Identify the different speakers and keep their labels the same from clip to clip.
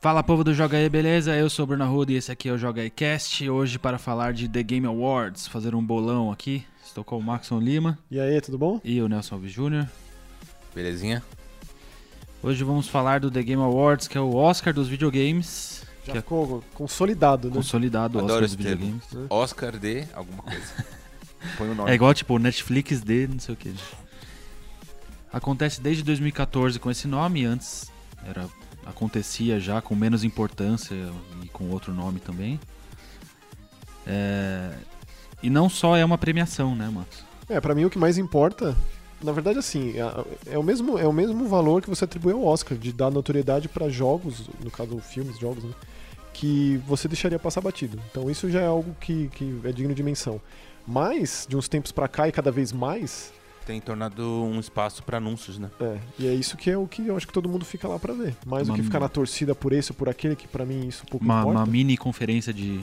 Speaker 1: Fala povo do Joga aí, beleza? Eu sou o Bruno Arruda e esse aqui é o Joga aí Cast. Hoje para falar de The Game Awards, fazer um bolão aqui. Estou com o Maxon Lima
Speaker 2: E aí, tudo bom?
Speaker 1: e o Nelson Alves Jr.
Speaker 3: Belezinha?
Speaker 1: Hoje vamos falar do The Game Awards, que é o Oscar dos videogames.
Speaker 2: Já
Speaker 1: Que é-
Speaker 2: ficou consolidado, né?
Speaker 1: Consolidado
Speaker 3: Adoro
Speaker 1: Oscar dos
Speaker 3: esse termo.
Speaker 1: videogames.
Speaker 3: Oscar de alguma coisa. Põe o nome.
Speaker 1: É igual tipo o Netflix de não sei o que. Acontece desde 2014 com esse nome, antes era acontecia já com menos importância e com outro nome também. É, E não só é uma premiação, né, Max?
Speaker 2: É, pra mim o que mais importa, na verdade assim, a- é o mesmo é o mesmo valor que você atribui ao Oscar de dar notoriedade pra jogos, no caso filmes, jogos, né? Que você deixaria passar batido. Então isso já é algo que, que é digno de menção. Mas, de uns tempos pra cá e cada vez mais,
Speaker 3: Tem tornado um espaço pra anúncios, né?
Speaker 2: é, e é isso que é o que eu acho que todo mundo fica lá pra ver. Mais do
Speaker 1: Uma-
Speaker 2: que ficar na torcida por esse ou por aquele, que pra mim isso pouco
Speaker 1: Uma,
Speaker 2: importa.
Speaker 1: uma mini conferência de,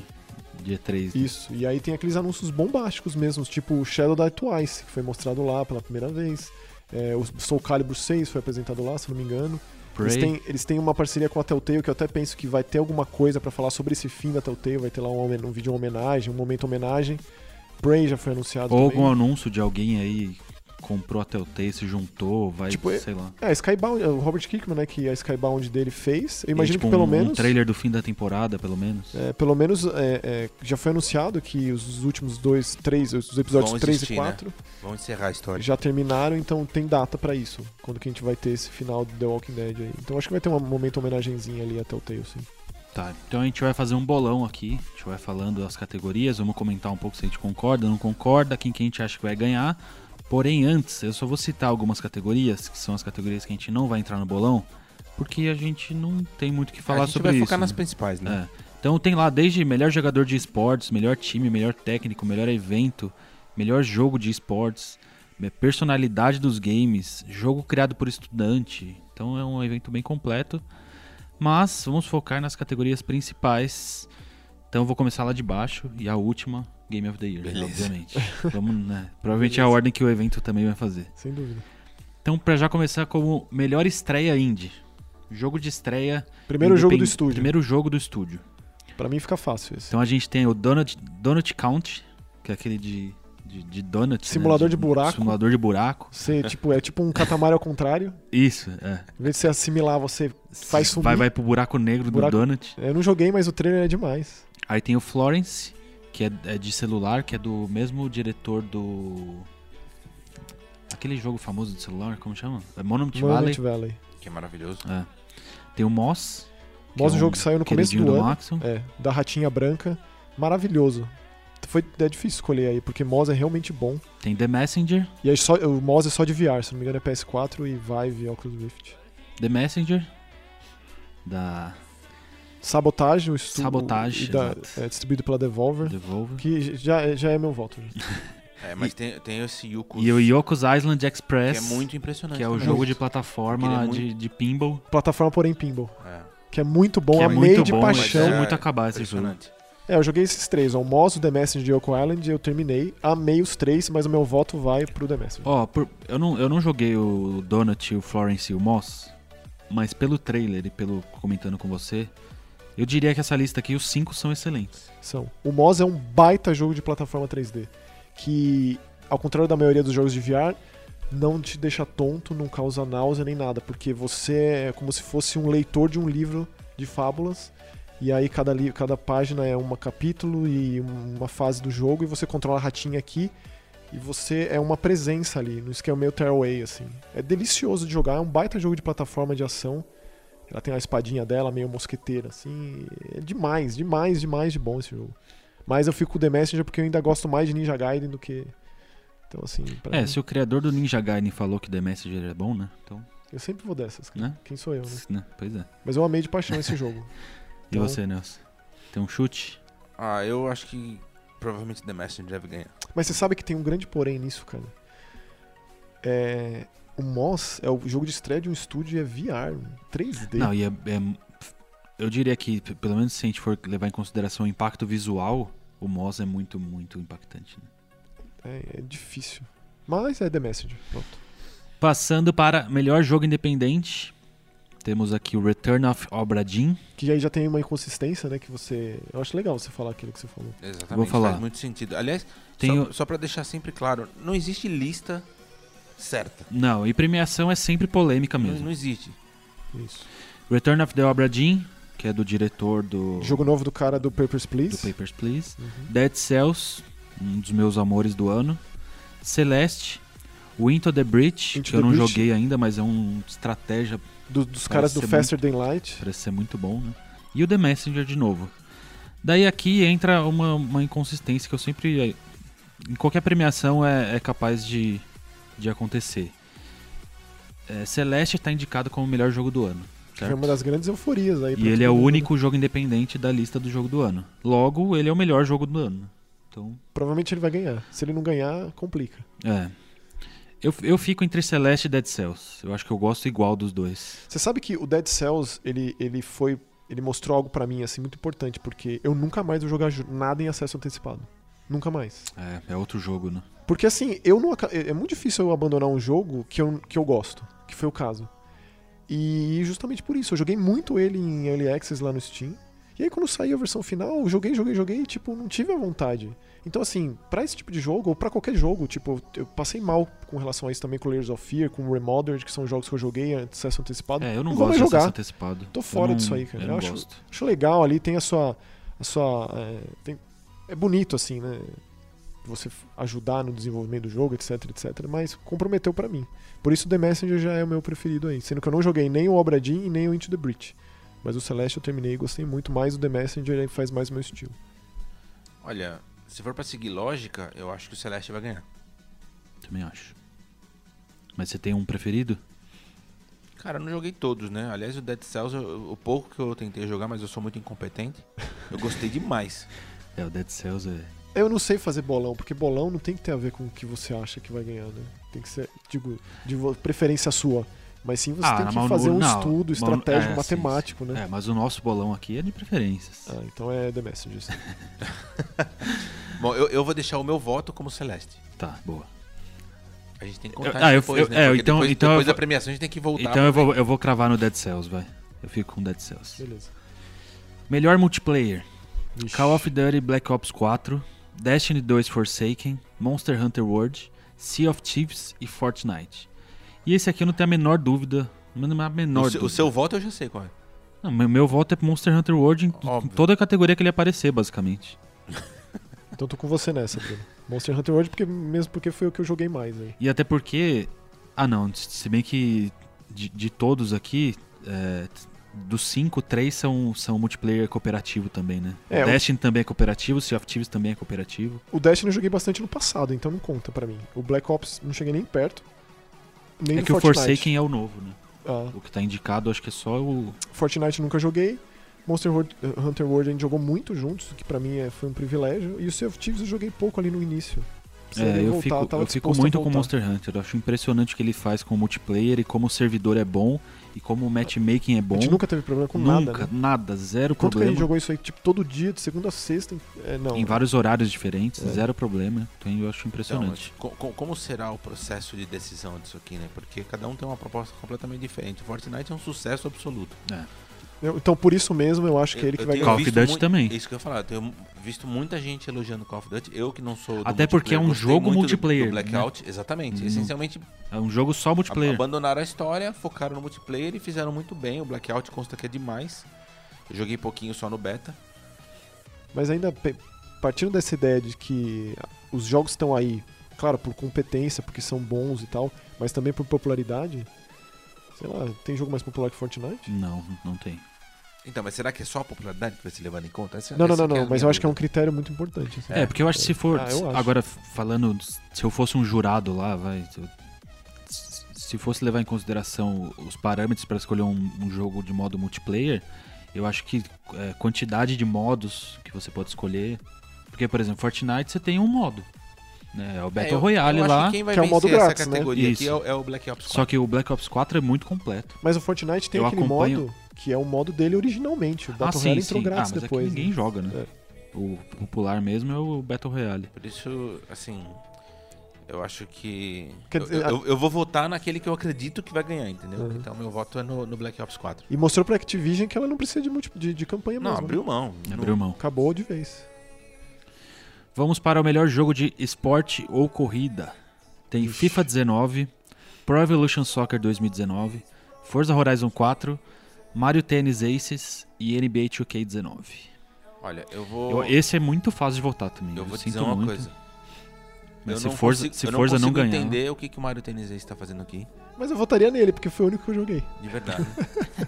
Speaker 1: de E3. né?
Speaker 2: Isso, e aí tem aqueles anúncios bombásticos mesmo, tipo o Shadow Die Twice, que foi mostrado lá pela primeira vez. É, o Soul Calibur 6 foi apresentado lá, se não me engano. Eles
Speaker 1: Prey.
Speaker 2: têm, eles têm uma parceria com a Telltale que eu até penso que vai ter alguma coisa pra falar sobre esse fim da Telltale, vai ter lá um, homen- um vídeo homenagem, um momento homenagem. Prey já foi anunciado
Speaker 1: Ou
Speaker 2: também.
Speaker 1: algum anúncio de alguém aí comprou a Telltale, se juntou, vai,
Speaker 2: Tipo, é-
Speaker 1: sei lá.
Speaker 2: É, Skybound, é, o Robert Kirkman, né, que a Skybound dele fez. Eu
Speaker 1: Tem,
Speaker 2: imagino
Speaker 1: tipo,
Speaker 2: que pelo
Speaker 1: um, Um
Speaker 2: menos...
Speaker 1: trailer do fim da temporada, pelo menos.
Speaker 2: É, pelo menos é, é, já foi anunciado que os últimos dois, três, os episódios
Speaker 3: Vão
Speaker 2: 3 e
Speaker 3: existir, né?
Speaker 2: 4
Speaker 3: Vamos encerrar a história.
Speaker 2: já terminaram, então tem data pra isso. Quando que a gente vai ter esse final do The Walking Dead aí. Então acho que vai ter um momento homenagenzinha ali até o Tail, sim.
Speaker 1: Tá, então a gente vai fazer um bolão aqui. A gente vai falando as categorias, vamos comentar um pouco se a gente concorda, não concorda, quem que a gente acha que vai ganhar. Porém, antes, eu só vou citar algumas categorias, que são as categorias que a gente não vai entrar no bolão, porque a gente não tem muito o que falar
Speaker 3: a gente
Speaker 1: sobre
Speaker 3: vai
Speaker 1: isso.
Speaker 3: focar nas
Speaker 1: né?
Speaker 3: principais, né?
Speaker 1: É. Então tem lá desde melhor jogador de esportes, melhor time, melhor técnico, melhor evento, melhor jogo de esportes, me- personalidade dos games, jogo criado por estudante. Então é um evento bem completo. Mas vamos focar nas categorias principais. Então eu vou começar lá de baixo e a última, Game of the Year, né,
Speaker 3: Beleza.
Speaker 1: obviamente. Vamos, né? Provavelmente é a ordem que o evento também vai fazer.
Speaker 2: Sem dúvida.
Speaker 1: Então pra já começar como melhor estreia indie. Jogo de estreia.
Speaker 2: Primeiro jogo do
Speaker 1: independ-
Speaker 2: estúdio.
Speaker 1: Primeiro jogo do estúdio.
Speaker 2: Pra mim fica fácil esse.
Speaker 1: Então a gente tem o Donut, donut Count, que é aquele de, de, de donut.
Speaker 2: Simulador de buraco.
Speaker 1: Simulador de buraco.
Speaker 2: Você, tipo, é tipo um catamarã ao contrário.
Speaker 1: Isso, é.
Speaker 2: Em vez de você assimilar, você. Faz sumir.
Speaker 1: Vai, vai pro buraco negro
Speaker 2: Buraco-
Speaker 1: do donut.
Speaker 2: Eu não joguei, mas o trailer é demais.
Speaker 1: Aí tem o Florence, que é, é de celular, que é do mesmo diretor do... Aquele jogo famoso de celular, como chama? É Monument Valley.
Speaker 2: Monument Valley.
Speaker 3: Que é maravilhoso.
Speaker 1: Tem o Moss. que é
Speaker 2: Mostra o jogo que saiu no começo
Speaker 1: queridinho
Speaker 2: do ano.
Speaker 1: Maxon.
Speaker 2: É, da ratinha branca. Maravilhoso. Foi, é difícil escolher aí, porque Moz é realmente bom.
Speaker 1: Tem The Messenger.
Speaker 2: E aí só, o Moz é só de VR, se não me engano é PS4 e Vive e Oculus Rift.
Speaker 1: The Messenger. Da
Speaker 2: Sabotagem, o estudo.
Speaker 1: Sabotage,
Speaker 2: e da-
Speaker 1: exato.
Speaker 2: é, distribuído pela Devolver.
Speaker 1: Devolver.
Speaker 2: Que já, já é meu voto. gente.
Speaker 3: É, mas tem, tem esse Yuko
Speaker 1: E o Yoko's Island
Speaker 3: que
Speaker 1: Express.
Speaker 3: é muito impressionante.
Speaker 1: Que é o
Speaker 3: também.
Speaker 1: jogo de plataforma
Speaker 3: Porque ele é
Speaker 1: de, de pinball.
Speaker 2: Plataforma, porém, Pinball.
Speaker 3: É,
Speaker 2: Que é muito bom,
Speaker 1: que é
Speaker 2: amei
Speaker 1: muito
Speaker 2: de
Speaker 1: bom. mas
Speaker 2: paixão.
Speaker 1: quero
Speaker 3: É,
Speaker 1: muito acabar esse jogo.
Speaker 3: impressionante.
Speaker 2: É, eu joguei esses três, ó, o Moz, o The Messenger e o Yoko Island, eu terminei. Amei os três, mas o meu voto vai pro The Messenger.
Speaker 1: Ó, por- eu, não, eu não joguei o Donut, o Florence e o Moss, mas pelo trailer e pelo comentando com você, eu diria que essa lista aqui, os cinco são excelentes.
Speaker 2: São. O Moz é um baita jogo de plataforma 3D. Que, ao contrário da maioria dos jogos de VR, não te deixa tonto, não causa náusea nem nada. Porque você é como se fosse um leitor de um livro de fábulas. E aí cada, li- cada página é um capítulo e um- uma fase do jogo. E você controla a ratinha aqui. E você é uma presença ali, no esquema meio Tearaway, assim. É delicioso de jogar, é um baita jogo de plataforma de ação. Ela tem a espadinha dela, meio mosqueteira, assim. É demais, demais, demais de bom esse jogo. Mas eu fico com o The Messenger porque eu ainda gosto mais de Ninja Gaiden do que. Então, assim, pra
Speaker 1: É,
Speaker 2: mim,
Speaker 1: se o criador do Ninja Gaiden falou que The Messenger é bom, né? Então,
Speaker 2: eu sempre vou dessas, cara.
Speaker 1: né?
Speaker 2: Quem sou eu, né?
Speaker 1: né? Pois é.
Speaker 2: Mas eu amei de paixão esse jogo.
Speaker 1: E
Speaker 2: Então-
Speaker 1: você, Nelson? Tem um chute?
Speaker 3: Ah, eu acho que provavelmente The Messenger deve ganhar.
Speaker 2: Mas você sabe que tem um grande porém nisso, cara. É. O Moss é o jogo de estreia de um estúdio e é VR, mano. 3D.
Speaker 1: Não, e é, é- Eu diria que, p- pelo menos se a gente for levar em consideração o impacto visual, o Moss é muito, muito impactante. né?
Speaker 2: É, é difícil. Mas é The Messenger, pronto.
Speaker 1: Passando para melhor jogo independente. Temos aqui o Return of Obra Dinn.
Speaker 2: Que aí já tem uma inconsistência, né? Que você. Eu acho legal você falar aquilo que você falou.
Speaker 3: Exatamente.
Speaker 1: Vou falar.
Speaker 3: Faz muito sentido. Aliás,
Speaker 1: Tem
Speaker 3: só,
Speaker 1: o-
Speaker 3: só pra deixar sempre claro, não existe lista certa.
Speaker 1: Não, e premiação é sempre polêmica
Speaker 3: Não,
Speaker 1: mesmo.
Speaker 3: não existe.
Speaker 2: Isso.
Speaker 1: Return of the Obra Dinn, que é do diretor do,
Speaker 2: Jogo novo do cara do Papers,
Speaker 1: do
Speaker 2: Please.
Speaker 1: Papers, Please.
Speaker 2: Uhum.
Speaker 1: Dead Cells, um dos meus amores do ano. Celeste. O Into the Breach,
Speaker 2: Into
Speaker 1: que eu
Speaker 2: the
Speaker 1: não
Speaker 2: Breach.
Speaker 1: joguei ainda, mas é um estratégia,
Speaker 2: Do- dos caras do
Speaker 1: ser
Speaker 2: Faster Than Light.
Speaker 1: parece ser muito bom, né? E o The Messenger de novo. Daí aqui entra uma, uma inconsistência que eu sempre. eh, Em qualquer premiação é, é capaz de, de acontecer. Eh, Celeste está indicado como o melhor jogo do ano.
Speaker 2: Que foi uma das grandes euforias aí. pra
Speaker 1: E ele é o
Speaker 2: todo mundo, né?
Speaker 1: único jogo independente da lista do jogo do ano. Logo, ele é o melhor jogo do ano. Então,
Speaker 2: Provavelmente ele vai ganhar. Se ele não ganhar, complica.
Speaker 1: é. Eu, eu fico entre Celeste e Dead Cells. Eu acho que eu gosto igual dos dois.
Speaker 2: Você sabe que o Dead Cells, ele, ele foi. Ele mostrou algo pra mim, assim, muito importante, porque eu nunca mais vou jogar ju- nada em acesso antecipado. Nunca mais.
Speaker 1: É, é outro jogo, né?
Speaker 2: Porque assim, eu não aca- é é muito difícil eu abandonar um jogo que eu, que eu gosto, que foi o caso. E justamente por isso, eu joguei muito ele em Early Access lá no Steam. E aí quando saiu a versão final, eu joguei, joguei, joguei e tipo, não tive a vontade. Então assim, pra esse tipo de jogo, ou pra qualquer jogo, tipo, eu eu passei mal com relação a isso também com Layers of Fear, com Remothered, que são jogos que eu joguei em acesso antecipado.
Speaker 1: É, eu não,
Speaker 2: Não vou
Speaker 1: gosto
Speaker 2: mais
Speaker 1: de acesso
Speaker 2: jogar.
Speaker 1: antecipado.
Speaker 2: Tô
Speaker 1: Eu
Speaker 2: fora
Speaker 1: não-
Speaker 2: disso aí, cara.
Speaker 1: Eu
Speaker 2: Eu
Speaker 1: não
Speaker 2: acho-
Speaker 1: gosto.
Speaker 2: Acho legal ali, tem a sua. A sua é, tem- é bonito, assim, né? Você f- ajudar no desenvolvimento do jogo, etc, etc. Mas comprometeu pra mim. Por isso, The Messenger já é o meu preferido aí. Sendo que eu não joguei nem o Obra Dinn e nem o Into the Breach. Mas o Celeste eu terminei e gostei muito mais. O The Messenger ele faz mais o meu estilo.
Speaker 3: Olha, se for pra seguir lógica, eu acho que o Celeste vai ganhar.
Speaker 1: Também acho. Mas você tem um preferido?
Speaker 3: Cara, eu não joguei todos, né? Aliás, o Dead Cells, eu- o pouco que eu tentei jogar, mas eu sou muito incompetente. Eu gostei demais.
Speaker 1: É, o Dead Cells é.
Speaker 2: Eu não sei fazer bolão, porque bolão não tem que ter a ver com o que você acha que vai ganhar, né? Tem que ser, digo, de vo- preferência sua. Mas sim, você
Speaker 1: Ah,
Speaker 2: tem
Speaker 1: na
Speaker 2: que
Speaker 1: Mauno-
Speaker 2: fazer um
Speaker 1: não,
Speaker 2: estudo
Speaker 1: Mauno-
Speaker 2: estratégico,
Speaker 1: é, sim, sim.
Speaker 2: matemático, né?
Speaker 1: É, mas o nosso bolão aqui é de preferências.
Speaker 2: Ah, então é The Messenger. sim.
Speaker 3: Bom, eu, eu vou deixar o meu voto como Celeste.
Speaker 1: Tá, boa.
Speaker 3: A gente tem que
Speaker 1: Eu-
Speaker 3: contar
Speaker 1: ah, eu-
Speaker 3: depois,
Speaker 1: eu-
Speaker 3: né?
Speaker 1: é,
Speaker 3: Porque
Speaker 1: então-
Speaker 3: depois,
Speaker 1: então eu
Speaker 3: depois
Speaker 1: vou-
Speaker 3: da premiação a gente tem que voltar.
Speaker 1: Então eu vou, eu vou cravar no Dead Cells, vai. Eu fico com Dead Cells.
Speaker 2: Beleza.
Speaker 1: Melhor multiplayer:
Speaker 2: Vixe.
Speaker 1: Call of Duty Black Ops 4, Destiny 2 Forsaken, Monster Hunter World, Sea of Thieves e Fortnite. E esse aqui eu não tenho a menor dúvida. Mano, a menor
Speaker 3: o, seu,
Speaker 1: dúvida.
Speaker 3: o seu voto eu já sei qual é.
Speaker 1: Não, meu, meu voto é pro Monster Hunter World em t-
Speaker 3: Óbvio.
Speaker 1: toda a categoria que ele aparecer, basicamente.
Speaker 2: Então tô com você nessa, Bruno. Monster Hunter World, porque, mesmo porque foi o que eu joguei mais aí.
Speaker 1: E até porque. Ah, não. Se bem que de, de todos aqui, é, t- dos cinco, três são, são multiplayer cooperativo também, né?
Speaker 2: É,
Speaker 1: o
Speaker 2: o-
Speaker 1: Destiny também é cooperativo, o Sea of Thieves também é cooperativo.
Speaker 2: O Destiny eu joguei bastante no passado, então não conta pra mim. O Black Ops não cheguei nem perto. Nem
Speaker 1: é
Speaker 2: do
Speaker 1: que
Speaker 2: Fortnite.
Speaker 1: o Forsaken é o novo, né?
Speaker 2: Ah,
Speaker 1: O que tá indicado, acho que é só o.
Speaker 2: Fortnite nunca joguei. Monster World- eh, Hunter World a gente jogou muito juntos, o que pra mim é, foi um privilégio. E o Sea of Thieves eu joguei pouco ali no início.
Speaker 1: É,
Speaker 2: Precisaria
Speaker 1: eu
Speaker 2: voltar,
Speaker 1: fico,
Speaker 2: tava
Speaker 1: eu fico
Speaker 2: disposto a
Speaker 1: muito com
Speaker 2: voltar.
Speaker 1: Monster Hunter. Eu acho impressionante o que ele faz com o multiplayer e como o servidor é bom e como o matchmaking é bom.
Speaker 2: A gente nunca teve problema com nada.
Speaker 1: nunca,
Speaker 2: Né?
Speaker 1: nada, zero
Speaker 2: Quanto que a
Speaker 1: problema.
Speaker 2: gente jogou isso aí, tipo, todo dia, de segunda a sexta? É, não.
Speaker 1: Em vários horários diferentes,
Speaker 2: É.
Speaker 1: zero problema. Então eu acho impressionante.
Speaker 3: Então, co- co- como será o processo de decisão disso aqui, né? Porque cada um tem uma proposta completamente diferente. O Fortnite é um sucesso absoluto.
Speaker 2: Eu- então por isso mesmo eu acho que é ele que
Speaker 3: Eu- eu
Speaker 2: vai
Speaker 3: tenho
Speaker 2: ganhar.
Speaker 1: Call of
Speaker 3: visto
Speaker 1: Duty
Speaker 3: mui-
Speaker 1: também.
Speaker 3: Isso que eu ia falar. Eu tenho visto muita gente elogiando Call of Duty. Eu que não sou. do
Speaker 1: Até porque é um
Speaker 3: multiplayer, gostei
Speaker 1: jogo
Speaker 3: muito do-
Speaker 1: multiplayer, né?
Speaker 3: Do Blackout, exatamente.
Speaker 1: Não-
Speaker 3: Essencialmente
Speaker 1: É um jogo só
Speaker 3: Ab-
Speaker 1: multiplayer.
Speaker 3: Abandonaram a história, focaram no multiplayer e fizeram muito bem. O Blackout consta que é demais. Eu joguei pouquinho só no beta.
Speaker 2: Mas ainda pe- partindo dessa ideia de que os jogos estão aí, claro, por competência, porque são bons e tal, mas também por popularidade. Sei lá, tem jogo mais popular que Fortnite?
Speaker 1: Não, não tem.
Speaker 3: Então, mas será que é só a popularidade que vai ser levada em conta? Essa-
Speaker 2: Não, não,
Speaker 3: essa
Speaker 2: não,
Speaker 3: que é
Speaker 2: não,
Speaker 3: a
Speaker 2: mas
Speaker 3: minha
Speaker 2: eu acho que é um
Speaker 3: dúvida.
Speaker 2: critério muito importante. assim.
Speaker 1: É, porque eu acho que se for.
Speaker 2: Ah, eu acho.
Speaker 1: Agora, f- falando, se eu fosse um jurado lá, vai. se eu- se fosse levar em consideração os parâmetros para escolher um, um jogo de modo multiplayer, eu acho que é, quantidade de modos que você pode escolher. Porque, por exemplo, Fortnite você tem um modo. Né? É o
Speaker 3: É,
Speaker 1: Battle
Speaker 3: eu-
Speaker 1: Royale
Speaker 3: eu acho
Speaker 1: lá.
Speaker 3: que quem vai
Speaker 2: que é o
Speaker 3: vencer
Speaker 2: modo grátis,
Speaker 3: essa
Speaker 2: né?
Speaker 3: categoria aqui
Speaker 1: Isso.
Speaker 3: é o, é o Black Ops 4.
Speaker 1: Só que o Black Ops 4 é muito completo.
Speaker 2: Mas o Fortnite tem
Speaker 1: Eu
Speaker 2: aquele
Speaker 1: acompanho-
Speaker 2: modo que é o modo dele originalmente. O Battle
Speaker 1: ah, sim,
Speaker 2: Royale
Speaker 1: sim.
Speaker 2: entrou
Speaker 1: Ah,
Speaker 2: grátis
Speaker 1: mas é
Speaker 2: depois.
Speaker 1: que ninguém
Speaker 2: né?
Speaker 1: joga, né? O popular mesmo é o Battle é Royale.
Speaker 3: Por isso, assim. Eu acho que.
Speaker 2: Quer
Speaker 3: eu-
Speaker 2: dizer,
Speaker 3: eu, eu vou votar naquele que eu acredito que vai ganhar, entendeu?
Speaker 2: Uhum.
Speaker 3: Então meu voto é no, no Black Ops 4.
Speaker 2: E mostrou pra Activision que ela não precisa de, multi- de, de campanha
Speaker 3: Não,
Speaker 2: mesmo. né?
Speaker 3: abriu mão.
Speaker 1: Abriu mão.
Speaker 2: Acabou de vez.
Speaker 1: Vamos para o melhor jogo de esporte ou corrida. Tem
Speaker 2: Ixi.
Speaker 1: FIFA 19, Pro Evolution Soccer 2019, Forza Horizon 4, Mario Tennis Aces e NBA 2K19.
Speaker 3: Olha, eu
Speaker 1: Eu-
Speaker 3: vou. Eu,
Speaker 1: esse é muito fácil de votar também. Eu,
Speaker 3: vou te
Speaker 1: sinto
Speaker 3: dizer uma
Speaker 1: muito.
Speaker 3: coisa.
Speaker 1: Mas
Speaker 3: eu
Speaker 1: se
Speaker 3: não
Speaker 1: Forza,
Speaker 3: consigo,
Speaker 1: se
Speaker 3: eu
Speaker 1: Forza não
Speaker 3: consigo
Speaker 1: ganhar,
Speaker 3: entender o que, que o Mario Tennis Ace tá fazendo aqui.
Speaker 2: Mas eu votaria nele, porque foi o único que eu joguei.
Speaker 3: De verdade.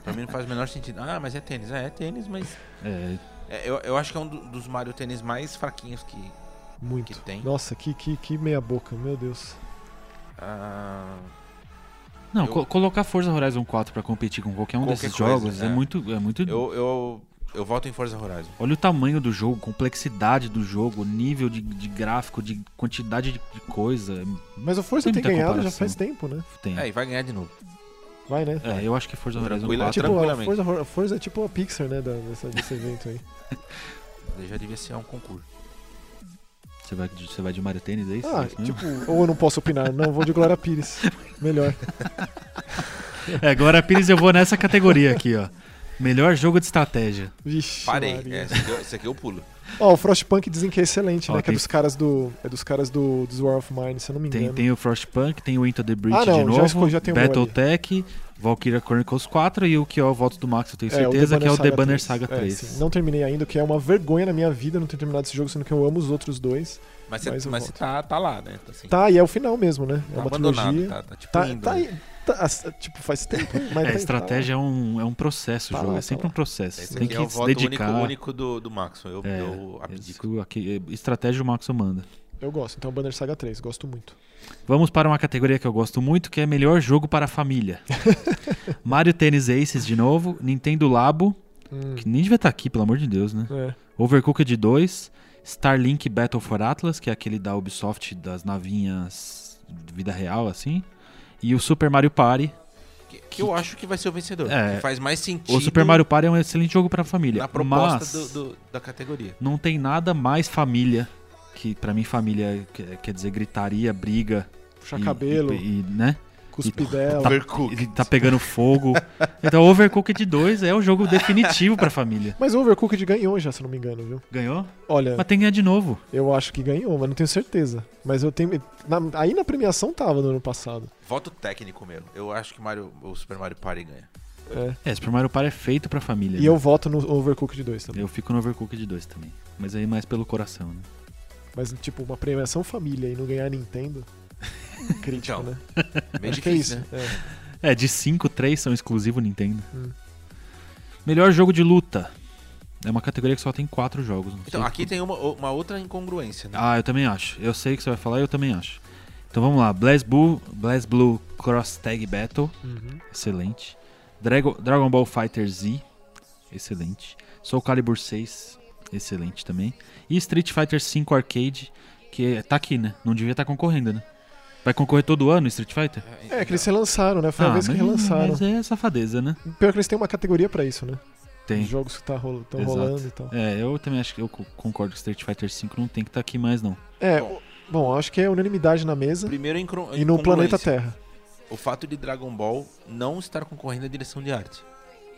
Speaker 3: pra mim não faz o menor sentido. Ah, mas é tênis. Ah, é tênis, mas.
Speaker 1: é,
Speaker 3: é, eu, eu acho que é um do- dos Mario Tênis mais fraquinhos que.
Speaker 2: Muito.
Speaker 3: Que tem.
Speaker 2: Nossa, que, que, que meia boca, meu Deus.
Speaker 3: ah,
Speaker 1: Não,
Speaker 3: Eu-
Speaker 1: co- colocar Forza Horizon 4 pra competir com qualquer um
Speaker 3: Qualquer
Speaker 1: desses
Speaker 3: coisa,
Speaker 1: jogos é,
Speaker 3: é.
Speaker 1: muito. É muito...
Speaker 3: eu, eu, eu voto em Forza Horizon.
Speaker 1: Olha o tamanho do jogo, complexidade do jogo, nível de, de gráfico, de quantidade de, de coisa.
Speaker 2: Mas o Forza
Speaker 1: Tem
Speaker 2: tem,
Speaker 1: muita
Speaker 2: ganhado já
Speaker 1: comparação.
Speaker 2: faz tempo, né?
Speaker 1: Tem.
Speaker 3: É, e vai ganhar de novo.
Speaker 2: Vai, né?
Speaker 1: É, eu acho que Forza Horizon
Speaker 3: Tranquilo,
Speaker 1: 4
Speaker 2: É tipo, a
Speaker 3: tranquilamente.
Speaker 2: Forza, Hor- Forza é tipo a Pixar, né? da- dessa- desse evento aí.
Speaker 3: Ele Já devia ser um concurso.
Speaker 1: Você vai, de- você vai de Mario Tênis, é isso?
Speaker 2: Ah,
Speaker 1: É isso mesmo?
Speaker 2: tipo, ou eu não posso opinar, não, vou de Glória Pires. Melhor.
Speaker 1: É, agora, Pires, eu vou nessa categoria aqui, ó. Melhor jogo de estratégia.
Speaker 2: Vixe.
Speaker 3: Parei.
Speaker 2: Maria.
Speaker 3: É, esse, aqui, eu- esse aqui eu pulo.
Speaker 2: Ó, o Frostpunk dizem que é excelente,
Speaker 1: Ó,
Speaker 2: né? Que é
Speaker 1: tem-
Speaker 2: dos caras do. É dos caras do, dos War of Mine, se eu não me
Speaker 1: Tem,
Speaker 2: engano.
Speaker 1: tem o Frostpunk, tem o Into the Breach
Speaker 2: Ah, não,
Speaker 1: de
Speaker 2: já
Speaker 1: novo,
Speaker 2: escolhi, já tem um
Speaker 1: Battletech, Valkyria Chronicles 4 e o que é o voto do Max, eu tenho
Speaker 2: É, o
Speaker 1: certeza, que é o The
Speaker 2: Saga
Speaker 1: Banner
Speaker 2: 3.
Speaker 1: Saga
Speaker 2: É,
Speaker 1: 3.
Speaker 2: sim. não terminei ainda, o que é uma vergonha na minha vida não ter terminado esse jogo, sendo que eu amo os outros dois.
Speaker 3: Mas você
Speaker 2: Mas eu
Speaker 3: mas você
Speaker 2: voto.
Speaker 3: tá, tá lá, né? Tá, assim,
Speaker 2: Tá, e é o final mesmo, né? É
Speaker 3: tá
Speaker 2: uma
Speaker 3: abandonado.
Speaker 2: trilogia.
Speaker 3: Tá, tá tipo
Speaker 2: Tá,
Speaker 3: indo,
Speaker 2: tá
Speaker 3: né?
Speaker 2: aí. tá- as- tipo, faz tempo, mas.
Speaker 1: É,
Speaker 2: tá-
Speaker 1: estratégia é um, é um processo,
Speaker 2: Tá
Speaker 1: jogo.
Speaker 2: lá,
Speaker 1: é
Speaker 2: tá
Speaker 1: sempre
Speaker 2: lá.
Speaker 1: um processo.
Speaker 3: Esse
Speaker 1: Você tem
Speaker 3: aqui
Speaker 1: que
Speaker 3: é o
Speaker 1: se
Speaker 3: voto
Speaker 1: dedicar.
Speaker 3: único, único do, do Maxon. Eu,
Speaker 1: É,
Speaker 3: eu abdico.
Speaker 1: isso aqui, é, estratégia o Max manda.
Speaker 2: tá- Eu gosto, então Banner Saga 3, gosto muito.
Speaker 1: Vamos para uma categoria que eu gosto muito, que é melhor jogo para a família. Mario Tennis Aces de novo, Nintendo Labo,
Speaker 2: Hum,
Speaker 1: que nem devia estar aqui, pelo amor de Deus, né?
Speaker 2: é.
Speaker 1: Overcooked 2, Starlink Battle for Atlas, que é aquele da Ubisoft das navinhas de vida real, assim. E o Super Mario Party.
Speaker 3: Que, que eu acho que vai ser o vencedor.
Speaker 1: É.
Speaker 3: que faz mais sentido
Speaker 1: O Super Mario Party é um excelente jogo para a família.
Speaker 3: na proposta
Speaker 1: mas...
Speaker 3: do- do- da categoria.
Speaker 1: não tem nada mais família que pra mim família que- quer dizer gritaria, briga,
Speaker 2: Puxar
Speaker 1: e-
Speaker 2: cabelo,
Speaker 1: e, e, né?
Speaker 2: cuspidela.
Speaker 3: Overcooked.
Speaker 1: Ele tá pegando fogo. Então Overcooked 2 é o jogo definitivo pra família.
Speaker 2: Mas o Overcooked ganhou já, se eu não me engano, viu?
Speaker 1: Ganhou?
Speaker 2: Olha,
Speaker 1: Mas tem que ganhar de novo.
Speaker 2: eu acho que ganhou, mas não tenho certeza. Mas eu tenho. na- aí na premiação tava no ano passado.
Speaker 3: Voto técnico mesmo. Eu acho que Mario, o Super Mario Party ganha.
Speaker 2: É.
Speaker 1: É, Super Mario Party é feito pra família.
Speaker 2: E
Speaker 1: né?
Speaker 2: eu voto no Overcooked 2 também.
Speaker 1: eu fico no Overcooked 2 também. Mas aí mais pelo coração, né?
Speaker 2: Mas, tipo, uma premiação família e não ganhar Nintendo. Crítica,
Speaker 3: Então,
Speaker 2: né?
Speaker 3: Bem
Speaker 2: Acho que é isso.
Speaker 3: difícil, né?
Speaker 2: é.
Speaker 1: É, de 5, 3 são exclusivo Nintendo.
Speaker 2: Hum.
Speaker 1: Melhor jogo de luta. É uma categoria que só tem 4 jogos. Não
Speaker 3: Então,
Speaker 1: sei
Speaker 3: aqui tem uma, uma outra incongruência, né?
Speaker 1: Ah, eu também acho. Eu sei o que você vai falar e eu também acho. Então vamos lá. BlazBlue, BlazBlue Cross Tag Battle,
Speaker 2: Uhum.
Speaker 1: excelente. Drago- Dragon Ball Fighter Z, excelente. Soul Calibur 6, excelente também. E Street Fighter V Arcade, que é- tá aqui, né? Não devia estar concorrendo, né? Vai concorrer todo ano Street Fighter?
Speaker 2: É, que eles relançaram, né? Foi a vez que
Speaker 1: Ah, mas-
Speaker 2: relançaram.
Speaker 1: Mas é safadeza, né?
Speaker 2: Pior que eles têm uma categoria pra isso, né? Os
Speaker 1: Tem.
Speaker 2: jogos que tá rolo- tão
Speaker 1: Exato.
Speaker 2: rolando e tal.
Speaker 1: É, eu também acho que eu co- concordo que Street Fighter V não tem que estar aqui mais, não.
Speaker 2: É,
Speaker 3: Bom.
Speaker 2: o- bom, acho que é unanimidade na mesa
Speaker 3: Primeiro incro-
Speaker 2: e no planeta
Speaker 3: incongruência.
Speaker 2: Terra.
Speaker 3: O fato de Dragon Ball não estar concorrendo à direção de arte.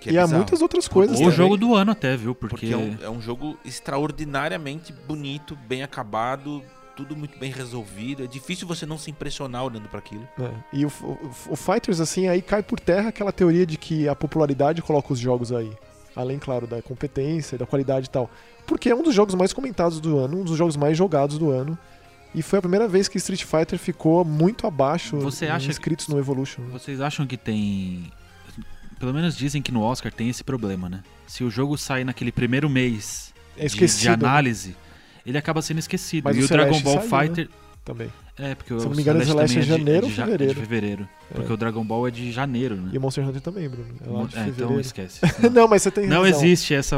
Speaker 3: Que é
Speaker 2: e há
Speaker 3: bizarro.
Speaker 2: muitas outras coisas
Speaker 1: Ou
Speaker 2: também.
Speaker 1: jogo do ano até, viu? Porque,
Speaker 3: Porque é um, é um jogo extraordinariamente bonito, bem acabado, tudo muito bem resolvido. É difícil você não se impressionar olhando pra aquilo.
Speaker 2: É, E o, o- o Fighters, assim, aí cai por terra aquela teoria de que a popularidade coloca os jogos aí. Além, claro, da competência e da qualidade e tal. Porque é um dos jogos mais comentados do ano, um dos jogos mais jogados do ano. E foi a primeira vez que Street Fighter ficou muito abaixo
Speaker 1: Você
Speaker 2: em
Speaker 1: acha que-
Speaker 2: inscritos no Evolution.
Speaker 1: Vocês acham que tem. Pelo menos dizem que no Oscar tem esse problema, né? Se o jogo sai naquele primeiro mês
Speaker 2: É
Speaker 1: de,
Speaker 2: esquecido
Speaker 1: de análise, ele acaba sendo esquecido.
Speaker 2: Mas
Speaker 1: e
Speaker 2: o
Speaker 1: o, Dragon
Speaker 2: Celeste
Speaker 1: Ball
Speaker 2: saiu, né?
Speaker 1: Fighter.
Speaker 2: também.
Speaker 1: É, porque o
Speaker 2: Se eu não me engano, o Celeste é
Speaker 1: também
Speaker 2: janeiro
Speaker 1: de,
Speaker 2: ou
Speaker 1: ja-
Speaker 2: fevereiro?
Speaker 1: de fevereiro. Porque o Dragon Ball é de janeiro, né?
Speaker 2: E o Monster Hunter também, Bruno. É lá de
Speaker 1: É,
Speaker 2: fevereiro. Então,
Speaker 1: então esquece.
Speaker 2: Não, mas você tem
Speaker 1: Não
Speaker 2: razão.
Speaker 1: existe essa.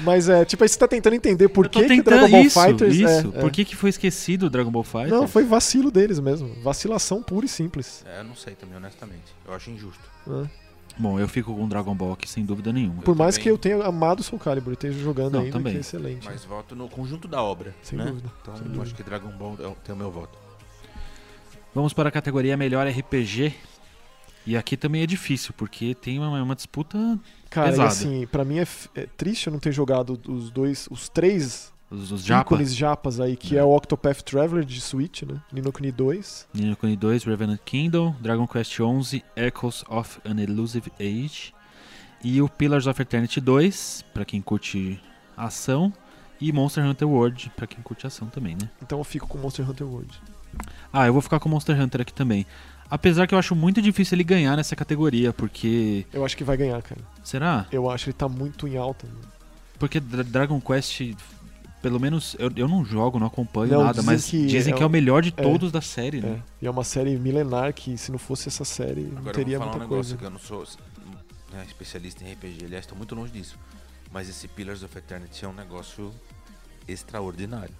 Speaker 2: Mas é, tipo, aí você tá tentando entender por
Speaker 1: Eu tô
Speaker 2: que que o
Speaker 1: tentando-
Speaker 2: Dragon Ball
Speaker 1: isso,
Speaker 2: Fighters... é,
Speaker 1: Isso.
Speaker 2: é.
Speaker 1: Por que, que foi esquecido o Dragon Ball Fighters?
Speaker 2: Não, foi vacilo deles mesmo. Vacilação pura e simples.
Speaker 3: É, eu não sei também, honestamente. Eu acho injusto.
Speaker 2: né?
Speaker 1: Bom, eu fico com o Dragon Ball aqui sem dúvida nenhuma.
Speaker 2: Por mais
Speaker 3: também.
Speaker 2: que eu tenha amado Soul Calibur, esteja jogando
Speaker 1: Não,
Speaker 2: ainda,
Speaker 1: também.
Speaker 2: que é excelente.
Speaker 3: Mas voto no conjunto da obra.
Speaker 2: Sem
Speaker 3: né?
Speaker 2: dúvida.
Speaker 3: Então,
Speaker 2: sem
Speaker 3: eu
Speaker 2: dúvida.
Speaker 3: acho que Dragon Ball é o- tem o meu voto.
Speaker 1: Vamos para a categoria melhor RPG. E aqui também é difícil, porque tem uma, uma disputa.
Speaker 2: Cara, e
Speaker 1: Pesado.
Speaker 2: assim, pra mim é, f- é triste eu não ter jogado os dois, os três
Speaker 1: Os, os japa.
Speaker 2: ícones japas aí, que é. o Octopath Traveler de Switch, né? Nino Kuni 2.
Speaker 1: Nino Kuni 2, Revenant Kingdom, Dragon Quest XI, Echoes of an Elusive Age e o Pillars of Eternity 2, pra quem curte ação, e Monster Hunter World, pra quem curte ação também, né?
Speaker 2: Então eu fico com Monster Hunter World.
Speaker 1: Ah, eu vou ficar com Monster Hunter aqui também. Apesar que eu acho muito difícil ele ganhar nessa categoria, porque
Speaker 2: Eu acho que vai ganhar, cara.
Speaker 1: será?
Speaker 2: Eu acho que ele tá muito em alta. mano.
Speaker 1: Porque Dra- Dragon Quest pelo menos eu, eu não jogo, não acompanho
Speaker 2: Não,
Speaker 1: nada,
Speaker 2: dizem
Speaker 1: mas
Speaker 2: que
Speaker 1: dizem
Speaker 2: é
Speaker 1: que é o
Speaker 2: o-
Speaker 1: melhor de
Speaker 2: é.
Speaker 1: todos da série,
Speaker 2: É.
Speaker 1: né?
Speaker 2: E é uma série milenar que, se não fosse essa série, não
Speaker 3: Agora eu
Speaker 2: teria
Speaker 3: vou falar
Speaker 2: muita
Speaker 3: um
Speaker 2: coisa.
Speaker 3: negócio que eu não sou né, especialista em RPG, aliás, estou muito longe disso. Mas esse Pillars of Eternity é um negócio extraordinário,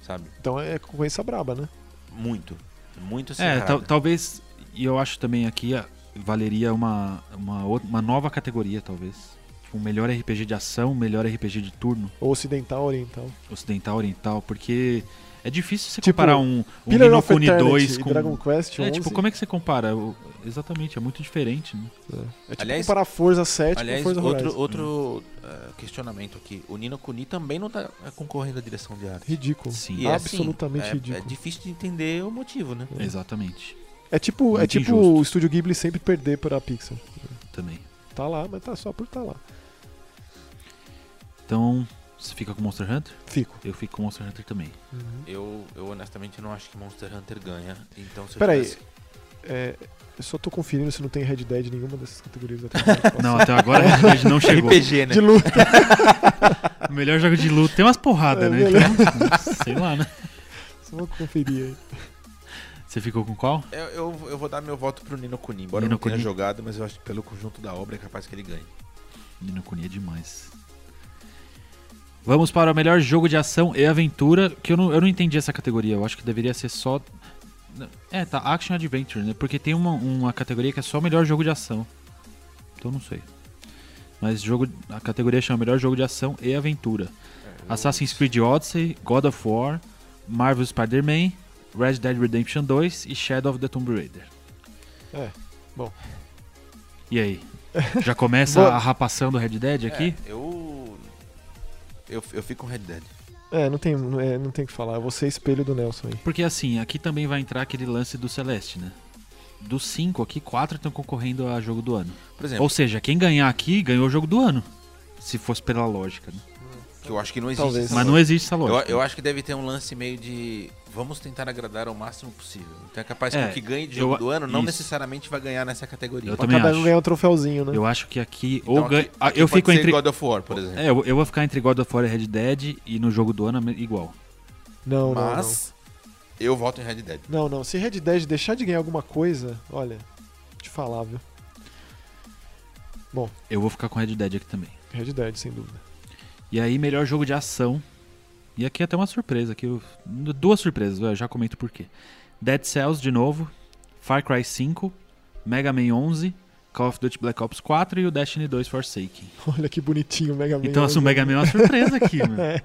Speaker 3: sabe?
Speaker 2: Então é concorrência braba, né?
Speaker 3: Muito, muito assim,
Speaker 1: É,
Speaker 3: acirrada.
Speaker 1: tal- talvez, e eu acho também aqui ah, valeria uma, uma, outra- uma nova categoria, talvez. Tipo, um melhor RPG de ação, um melhor RPG de turno,
Speaker 2: Ou ocidental, oriental.
Speaker 1: ocidental, oriental, porque é difícil você
Speaker 2: Tipo,
Speaker 1: comparar um, um
Speaker 2: Pillar
Speaker 1: Nino
Speaker 2: of
Speaker 1: Kuni
Speaker 2: Eternity
Speaker 1: 2
Speaker 2: e
Speaker 1: com...
Speaker 2: Dragon Quest 11.
Speaker 1: é, tipo, como é que você compara? O- Exatamente, é muito diferente, né?
Speaker 2: É tipo
Speaker 3: Aliás-
Speaker 2: comparar Forza 7
Speaker 3: Aliás,
Speaker 2: com Tipo Forza Horizon.
Speaker 3: outro, outro eh, questionamento aqui. O Nino Kuni também não tá eh, concorrendo à direção de arte.
Speaker 2: Ridículo.
Speaker 1: Sim,
Speaker 3: E assim,
Speaker 2: absolutamente
Speaker 3: é-
Speaker 2: ridículo.
Speaker 3: É difícil de entender o motivo, né?
Speaker 1: exatamente,
Speaker 2: É tipo, é
Speaker 1: Muito
Speaker 2: tipo
Speaker 1: injusto.
Speaker 2: o Estúdio Ghibli sempre perder pra Pixar.
Speaker 1: também.
Speaker 2: Tá lá, mas tá só por tá lá.
Speaker 1: Então, você fica com Monster Hunter?
Speaker 2: Fico.
Speaker 1: Eu fico com Monster Hunter também.
Speaker 2: Uhum.
Speaker 3: Eu, eu honestamente não acho que Monster Hunter ganha. Então, se eu
Speaker 2: Peraí.
Speaker 3: tivesse-
Speaker 2: É, eu só tô conferindo se não tem Red Dead nenhuma dessas categorias. até agora que
Speaker 1: Não,
Speaker 2: passou.
Speaker 1: até agora a realidade não chegou.
Speaker 3: RPG, né?
Speaker 2: De luta.
Speaker 1: O melhor jogo de luta tem umas porradas,
Speaker 2: É
Speaker 1: né? Então, sei lá, né?
Speaker 2: Só vou conferir aí.
Speaker 1: Você ficou com qual?
Speaker 3: Eu, É, eu, eu vou dar meu voto pro Nino Kuni, embora
Speaker 1: Nino
Speaker 3: eu não tenha
Speaker 1: Kuni.
Speaker 3: jogado, mas eu acho que pelo conjunto da obra é capaz que ele ganhe.
Speaker 1: Nino Kuni é demais. Vamos para o melhor jogo de ação e aventura, que eu não, eu não entendi essa categoria. Eu acho que deveria ser só. É, tá, Action Adventure, né? Porque tem uma, uma categoria que é só melhor jogo de ação. Então não sei. Mas jogo, a categoria chama melhor jogo de ação e aventura.
Speaker 2: É,
Speaker 1: Assassin's Creed Odyssey, God of War, Marvel Spider-Man, Red Dead Redemption 2 e Shadow of the Tomb Raider.
Speaker 2: É, bom.
Speaker 1: E aí? Já começa
Speaker 2: Boa.
Speaker 1: a rapação do Red Dead aqui?
Speaker 3: É, eu, eu. Eu fico com Red Dead.
Speaker 2: É, não tem, não é, não tem o que falar. Você é espelho do Nelson aí.
Speaker 1: Porque assim, aqui também vai entrar aquele lance do Celeste, né? Dos cinco aqui, quatro estão concorrendo a jogo do ano.
Speaker 3: Por exemplo,
Speaker 1: Ou seja, quem ganhar aqui ganhou o jogo do ano. Se fosse pela lógica, né?
Speaker 3: que eu acho que não existe.
Speaker 2: Talvez.
Speaker 3: essa
Speaker 1: Mas não é
Speaker 3: lógica.
Speaker 1: existe essa lógica.
Speaker 3: eu, eu acho que deve ter um lance meio de. Vamos tentar agradar ao máximo possível. Então é capaz
Speaker 1: É,
Speaker 3: que o que ganhe de jogo
Speaker 1: eu-
Speaker 3: do ano não
Speaker 1: isso.
Speaker 3: necessariamente vai ganhar nessa categoria.
Speaker 1: Eu
Speaker 2: Pra
Speaker 1: também
Speaker 2: cada um
Speaker 1: acho.
Speaker 2: ganhar um troféuzinho, né?
Speaker 1: Eu acho que aqui
Speaker 3: Então,
Speaker 1: ou
Speaker 3: aqui-
Speaker 1: ganha. ah,
Speaker 3: aqui
Speaker 1: eu
Speaker 3: pode
Speaker 1: fico
Speaker 3: ser
Speaker 1: entre.
Speaker 3: God of War, por exemplo.
Speaker 1: É, eu, eu vou ficar entre God of War e Red Dead e no jogo do ano é igual.
Speaker 2: Não, não, não.
Speaker 3: Mas eu voto em Red Dead.
Speaker 2: Não, não. Se Red Dead deixar de ganhar alguma coisa, olha, te falar, viu?
Speaker 1: Eu vou ficar com Red Dead aqui também.
Speaker 2: Red Dead, sem dúvida.
Speaker 1: E aí, melhor jogo de ação. E aqui é até uma surpresa, que eu- duas surpresas, eu já comento por quê. Dead Cells de novo, Far Cry 5, Mega Man 11, Call of Duty Black Ops 4 e o Destiny 2 Forsaken.
Speaker 2: Olha que bonitinho o Mega Man. né,
Speaker 1: Então, assim, o Mega Man é uma surpresa aqui, mano.
Speaker 2: É.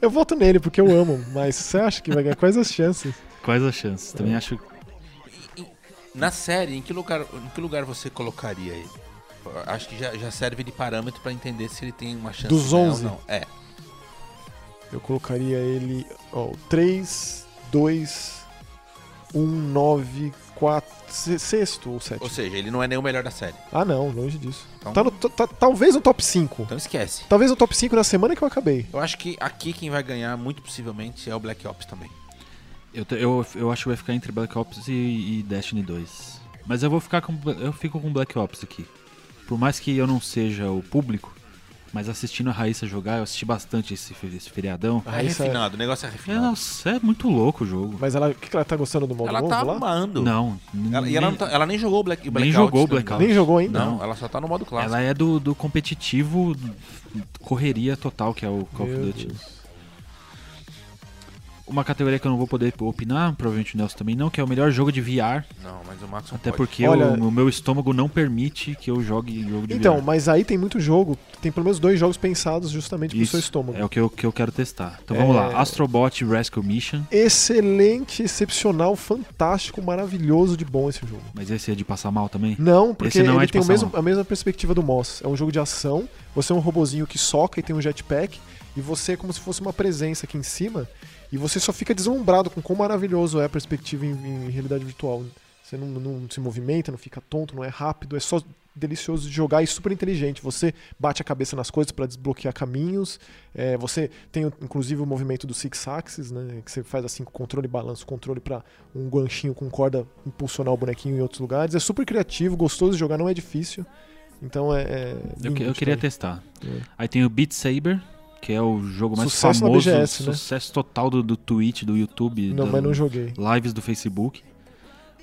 Speaker 2: Eu voto nele porque eu amo, mas você acha que vai ganhar? Quais as chances?
Speaker 1: Quais as chances? Também acho.
Speaker 3: Na série, em que lugar, em que lugar você colocaria ele? Acho que já, já serve de parâmetro pra entender se ele tem uma chance
Speaker 2: Dos
Speaker 3: de ganhar
Speaker 2: 11.
Speaker 3: ou não. É.
Speaker 2: Eu colocaria ele, ó, um, 3, 2, 1, 9, 4, sexto ou
Speaker 3: Ou
Speaker 2: sétimo.
Speaker 3: seja, ele não é nem o melhor da série.
Speaker 2: Ah, não, longe disso.
Speaker 3: Então-
Speaker 2: Tá no to- tá- talvez no top 5.
Speaker 3: Então esquece.
Speaker 2: Talvez no top 5 na semana que eu acabei.
Speaker 3: Eu acho que aqui quem vai ganhar, muito possivelmente, é o Black Ops também.
Speaker 1: Eu, te- eu, eu acho que vai ficar entre Black Ops e, e Destiny 2. Mas eu vou ficar com. Eu fico com Black Ops aqui. Por mais que eu não seja o público, mas assistindo a Raíssa jogar, eu assisti bastante esse, fe- esse feriadão.
Speaker 2: Ah,
Speaker 3: é
Speaker 2: isso é-
Speaker 3: refinado, o negócio é
Speaker 1: É,
Speaker 3: refinado.
Speaker 1: nossa, é muito louco o jogo.
Speaker 2: Mas ela, o que que ela tá gostando do modo
Speaker 3: Ela
Speaker 2: novo
Speaker 3: tá
Speaker 2: lá?
Speaker 3: amando.
Speaker 1: Não.
Speaker 3: Ela, e ela, não tá- ela nem jogou o Black, o
Speaker 1: Nem
Speaker 3: Blackout.
Speaker 1: jogou o
Speaker 3: se não me engano.
Speaker 1: Blackout.
Speaker 2: Nem jogou ainda?
Speaker 3: Não, ela só tá no modo clássico.
Speaker 1: Ela é do, do competitivo correria total, que é o Call
Speaker 2: Meu
Speaker 1: of Duty.
Speaker 2: Deus.
Speaker 1: uma categoria que eu não vou poder opinar, provavelmente o Nelson também não, que é o melhor jogo de VR.
Speaker 3: Não, mas o Max não
Speaker 1: Até
Speaker 3: pode.
Speaker 1: porque
Speaker 2: Olha-
Speaker 1: o, o meu estômago não permite que eu jogue jogo de
Speaker 2: Então,
Speaker 1: VR.
Speaker 2: mas aí tem muito jogo, tem pelo menos dois jogos pensados justamente pro
Speaker 1: Isso,
Speaker 2: seu estômago.
Speaker 1: É o que eu, que eu quero testar. Então
Speaker 2: É-
Speaker 1: vamos lá. Astrobot Rescue Mission.
Speaker 2: Excelente, excepcional, fantástico, maravilhoso de bom esse jogo.
Speaker 1: Mas esse é de passar mal também?
Speaker 2: Não, porque
Speaker 1: Esse não é
Speaker 2: ele
Speaker 1: de
Speaker 2: tem o
Speaker 1: passar
Speaker 2: mesmo-
Speaker 1: mal.
Speaker 2: a mesma perspectiva do Moss. É um jogo de ação, você é um robozinho que soca e tem um jetpack, e você é como se fosse uma presença aqui em cima, e você só fica deslumbrado com quão maravilhoso é a perspectiva em, em realidade virtual. Você não, não se movimenta, não fica tonto, não é rápido, é só delicioso de jogar e super inteligente. Você bate a cabeça nas coisas para desbloquear caminhos, é, você tem inclusive o movimento do six axis, né, que você faz assim com controle e balanço, controle para um ganchinho com corda impulsionar o bonequinho em outros lugares. É super criativo, gostoso de jogar, não é difícil. Então é. é
Speaker 1: Eu,
Speaker 2: lindo
Speaker 1: que- eu
Speaker 2: de
Speaker 1: queria
Speaker 2: também.
Speaker 1: testar.
Speaker 2: É.
Speaker 1: Aí tem o Beat Saber, que é o jogo mais
Speaker 2: Sucesso na
Speaker 1: famoso,
Speaker 2: BGS, né?
Speaker 1: sucesso total do, do Twitch, do YouTube,
Speaker 2: Não,
Speaker 1: do-
Speaker 2: mas não joguei.
Speaker 1: lives do Facebook.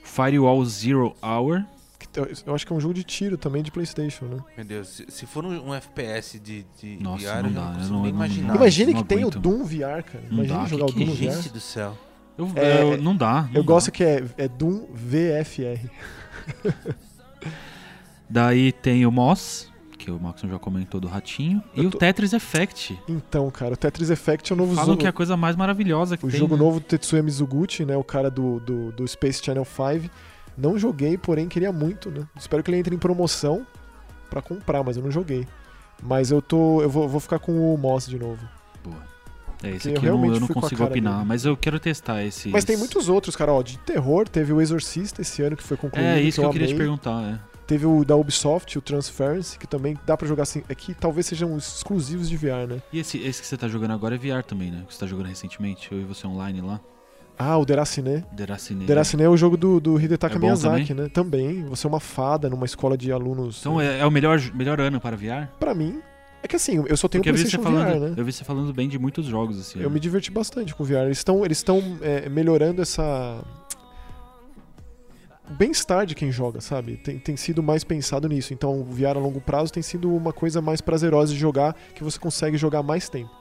Speaker 1: Firewall Zero Hour.
Speaker 2: Que- eu- Eu acho que é um jogo de tiro também de PlayStation, né?
Speaker 3: Meu Deus, se, se for um, um FPS de, de
Speaker 1: Nossa,
Speaker 3: VR,
Speaker 1: não
Speaker 3: eu
Speaker 1: dá,
Speaker 3: não
Speaker 1: eu
Speaker 3: consigo
Speaker 1: não-
Speaker 3: nem
Speaker 1: não-
Speaker 3: imaginar.
Speaker 1: não-
Speaker 2: Imagina que
Speaker 1: Ah, não
Speaker 2: tem o
Speaker 1: aguento.
Speaker 2: Doom VR, cara.
Speaker 1: Não
Speaker 2: Imagina
Speaker 1: dá,
Speaker 2: jogar
Speaker 1: que é
Speaker 2: o Doom
Speaker 1: que
Speaker 2: VR.
Speaker 3: Gente do céu.
Speaker 1: Eu,
Speaker 2: É,
Speaker 1: eu- não dá. não
Speaker 2: Eu
Speaker 1: dá.
Speaker 2: gosto que é, é Doom VFR.
Speaker 1: Daí tem o Moss, que o Maxon já comentou do Ratinho. E
Speaker 2: Eu
Speaker 1: o
Speaker 2: tô-
Speaker 1: Tetris Effect.
Speaker 2: Então, cara, o Tetris Effect é o novo
Speaker 1: Falam
Speaker 2: jogo.
Speaker 1: que é a coisa mais maravilhosa que
Speaker 2: O
Speaker 1: tem.
Speaker 2: jogo
Speaker 1: né?
Speaker 2: novo do Tetsuya Mizuguchi, né? O cara do, do, do Space Channel 5. Não joguei, porém queria muito, né? Espero que ele entre em promoção pra comprar, mas eu não joguei. Mas eu tô. Eu vou, vou ficar com o Moss de novo.
Speaker 1: Boa. É,
Speaker 2: Porque
Speaker 1: esse
Speaker 2: eu
Speaker 1: aqui eu não,
Speaker 2: realmente
Speaker 1: eu não
Speaker 2: fui com a
Speaker 1: consigo
Speaker 2: cara
Speaker 1: opinar,
Speaker 2: dele.
Speaker 1: mas eu quero testar esse.
Speaker 2: Mas tem muitos outros, cara. Ó, de terror, teve o Exorcista esse ano que foi concluído.
Speaker 1: É isso que eu,
Speaker 2: amei.
Speaker 1: queria te perguntar, é.
Speaker 2: Teve o da Ubisoft, o Transference, que também dá pra jogar assim. É que talvez sejam os exclusivos de VR, né?
Speaker 1: E esse, esse que você tá jogando agora é VR também, né? Que você tá jogando recentemente, eu e você online lá.
Speaker 2: Ah, o Deracine.
Speaker 1: Deracine.
Speaker 2: Deracine é o jogo do, do Hidetaka
Speaker 1: Uhum. É bom
Speaker 2: Miyazaki, né? Também. Você é uma fada numa escola de alunos.
Speaker 1: Então é, é o melhor, melhor ano para VR?
Speaker 2: Pra mim, é que assim, eu só tenho
Speaker 1: Porque eu vi, você
Speaker 2: PlayStation
Speaker 1: falando,
Speaker 2: VR, né?
Speaker 1: eu vi você falando bem de muitos jogos assim.
Speaker 2: Eu me diverti bastante com o VR. Eles estão eles estão é, melhorando essa o bem-estar de quem joga, sabe? Tem, tem sido mais pensado nisso. Então, o VR a longo prazo tem sido uma coisa mais prazerosa de jogar, que você consegue jogar mais tempo.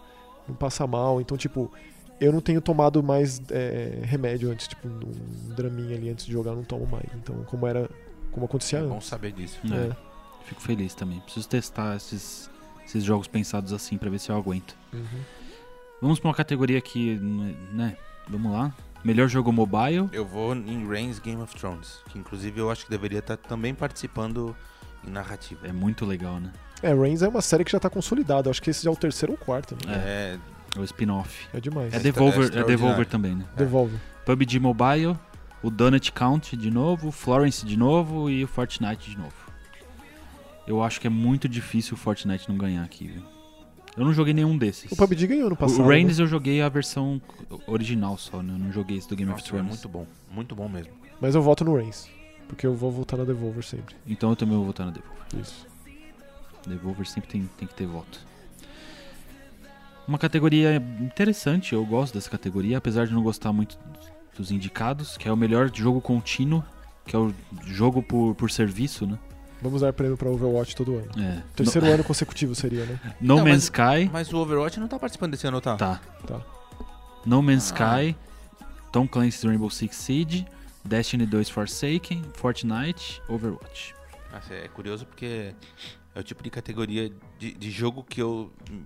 Speaker 2: Não passa mal. Então, tipo, eu não tenho tomado mais é, remédio antes, tipo, um draminha ali antes de jogar, eu não tomo mais. Então, como era, como acontecia
Speaker 3: É bom
Speaker 2: antes.
Speaker 3: saber disso.
Speaker 1: É,
Speaker 2: É.
Speaker 1: Fico feliz também. Preciso testar esses, esses jogos pensados assim pra ver se eu aguento.
Speaker 2: Uhum.
Speaker 1: Vamos pra uma categoria que, né? Vamos lá. Melhor jogo mobile.
Speaker 3: Eu vou em Reigns Game of Thrones, que inclusive eu acho que deveria estar também participando em narrativa.
Speaker 1: É muito legal, né?
Speaker 2: É, Reigns é uma série que já tá consolidada. Eu Acho que esse já é o terceiro ou quarto, né?
Speaker 1: É. É
Speaker 3: É,
Speaker 1: o spin-off.
Speaker 2: É demais.
Speaker 1: É
Speaker 3: Extra-
Speaker 1: Devolver, é
Speaker 3: extraordinário.
Speaker 1: Devolver também, né?
Speaker 2: Devolve.
Speaker 1: PUBG Mobile, o Donut Count de novo, Florence de novo e o Fortnite de novo. Eu acho que é muito difícil o Fortnite não ganhar aqui, viu? Eu não joguei nenhum desses.
Speaker 2: O PUBG ganhou no passado. né?
Speaker 1: o Reigns eu joguei a versão original só, né? Eu não joguei esse do Game
Speaker 3: nossa,
Speaker 1: of
Speaker 3: é
Speaker 1: Thrones.
Speaker 3: muito bom, muito bom mesmo.
Speaker 2: né? Mas eu voto no Reigns. Porque eu vou votar na Devolver sempre.
Speaker 1: Então eu também vou votar na Devolver.
Speaker 2: Isso.
Speaker 1: Devolver sempre tem, tem que ter voto. Uma categoria interessante, eu gosto dessa categoria, apesar de não gostar muito dos indicados, que é o melhor jogo contínuo, que é o jogo por, por serviço, né?
Speaker 2: Vamos dar prêmio pra Overwatch todo ano.
Speaker 1: É.
Speaker 2: Tá. Terceiro ano consecutivo seria, né?
Speaker 1: No
Speaker 3: Não,
Speaker 1: Man's
Speaker 3: mas-
Speaker 1: Sky.
Speaker 3: Mas o Overwatch não tá participando desse ano, tá?
Speaker 1: Tá.
Speaker 2: Tá.
Speaker 1: No Man's
Speaker 3: Ah.
Speaker 1: Sky. Tom Clancy's Rainbow Six Siege. Destiny 2 Forsaken. Fortnite. Overwatch.
Speaker 2: Uhum.
Speaker 3: Nossa, é curioso porque é o tipo de categoria de, de jogo que eu hum,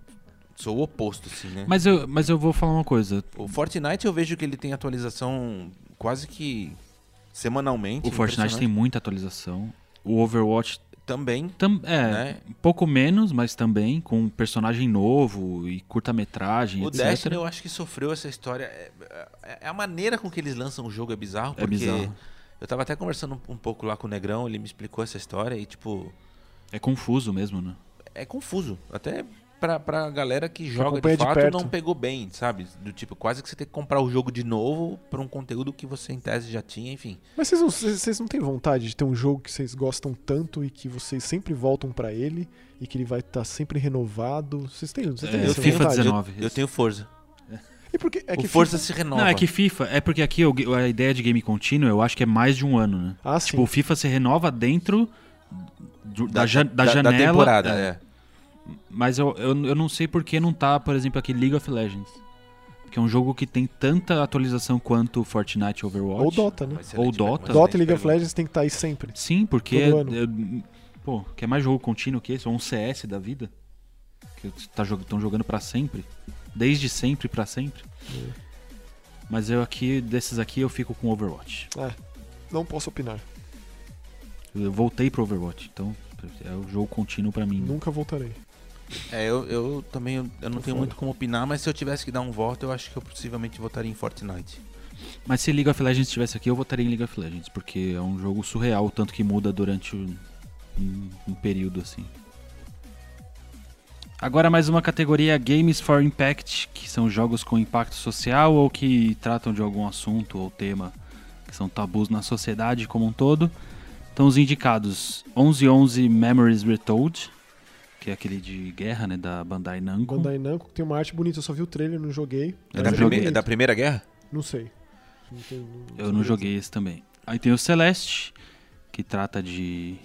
Speaker 3: sou o oposto, assim, né?
Speaker 1: Mas eu, mas eu vou falar uma coisa.
Speaker 3: O Fortnite eu vejo que ele tem atualização quase que semanalmente.
Speaker 1: O Fortnite tem
Speaker 3: impressionante.
Speaker 1: muita atualização. O Overwatch
Speaker 3: Também,
Speaker 1: tam, é
Speaker 3: né?
Speaker 1: um pouco menos, mas também com um personagem novo e curta-metragem,
Speaker 3: O
Speaker 1: etc.
Speaker 3: Destiny eu acho que sofreu essa história. É, é- é a maneira com que eles lançam o jogo é bizarro,
Speaker 1: É
Speaker 3: porque
Speaker 1: bizarro.
Speaker 3: eu tava até conversando um pouco lá com o Negrão, ele me explicou essa história e tipo,
Speaker 1: É confuso mesmo, né?
Speaker 3: é confuso. Até pra, pra galera que joga
Speaker 2: acompanha
Speaker 3: de
Speaker 2: de
Speaker 3: fato
Speaker 2: perto.
Speaker 3: não pegou bem, sabe? Do tipo, quase que você tem que comprar o jogo de novo pra um conteúdo que você em tese já tinha, enfim.
Speaker 2: Mas vocês não, vocês- vocês não têm vontade de ter um jogo que vocês gostam tanto e que vocês sempre voltam pra ele e que ele vai estar sempre renovado? Vocês têm, vocês têm
Speaker 1: É,
Speaker 2: essa
Speaker 1: FIFA
Speaker 2: vontade?
Speaker 1: 19.
Speaker 3: Eu, eu tenho Forza.
Speaker 2: E porque é que
Speaker 3: o Forza
Speaker 2: FIFA-
Speaker 3: se renova.
Speaker 1: Não, é que FIFA, é porque aqui eu- a ideia de game contínuo eu acho que é mais de um ano, né?
Speaker 2: Ah, sim.
Speaker 1: Tipo, o FIFA se renova dentro do- da, ja- da
Speaker 3: da
Speaker 1: janela.
Speaker 3: temporada,
Speaker 1: é.
Speaker 3: é.
Speaker 1: Mas eu, eu, eu não sei por que não tá, por exemplo, aqui League of Legends. que é um jogo que tem tanta atualização quanto Fortnite e Overwatch.
Speaker 2: Ou Dota, né?
Speaker 3: Uma excelente
Speaker 1: Ou
Speaker 3: pergunta,
Speaker 1: Dota.
Speaker 2: Dota
Speaker 3: uma
Speaker 2: e
Speaker 3: excelente
Speaker 2: League of
Speaker 1: um-
Speaker 3: pergunta.
Speaker 2: Legends tem que estar aí sempre.
Speaker 1: Sim, porque
Speaker 2: Todo
Speaker 1: é-
Speaker 2: ano.
Speaker 1: é- pô, quer mais jogo contínuo que esse? Ou um CS da vida? Que estão jogando pra sempre. Desde sempre pra sempre.
Speaker 2: É.
Speaker 1: Mas eu aqui, desses aqui, eu fico com Overwatch.
Speaker 2: Não posso opinar.
Speaker 1: Eu voltei pro Overwatch, então é o jogo contínuo pra mim. né?
Speaker 2: Nunca voltarei.
Speaker 3: É, eu, eu também eu, eu não tenho
Speaker 2: fora.
Speaker 3: muito como opinar, mas se eu tivesse que dar um voto, eu acho que eu possivelmente votaria em Fortnite.
Speaker 1: Mas se League of Legends estivesse aqui, eu votaria em League of Legends, porque é um jogo surreal, o tanto que muda durante um, um- um período assim. Agora mais uma categoria Games for Impact, que são jogos com impacto social ou que tratam de algum assunto ou tema que são tabus na sociedade como um todo. Então os indicados 1111 Memories Retold, que é aquele de guerra, né, da Bandai Namco.
Speaker 2: Bandai Namco tem uma arte bonita, eu só vi o trailer, não joguei. mas
Speaker 3: É da,
Speaker 1: não
Speaker 3: prime-
Speaker 1: joguei.
Speaker 3: é da Primeira Guerra?
Speaker 2: Não sei. Não tem- não-
Speaker 1: Eu não joguei esse também. Aí tem o Celeste, que trata de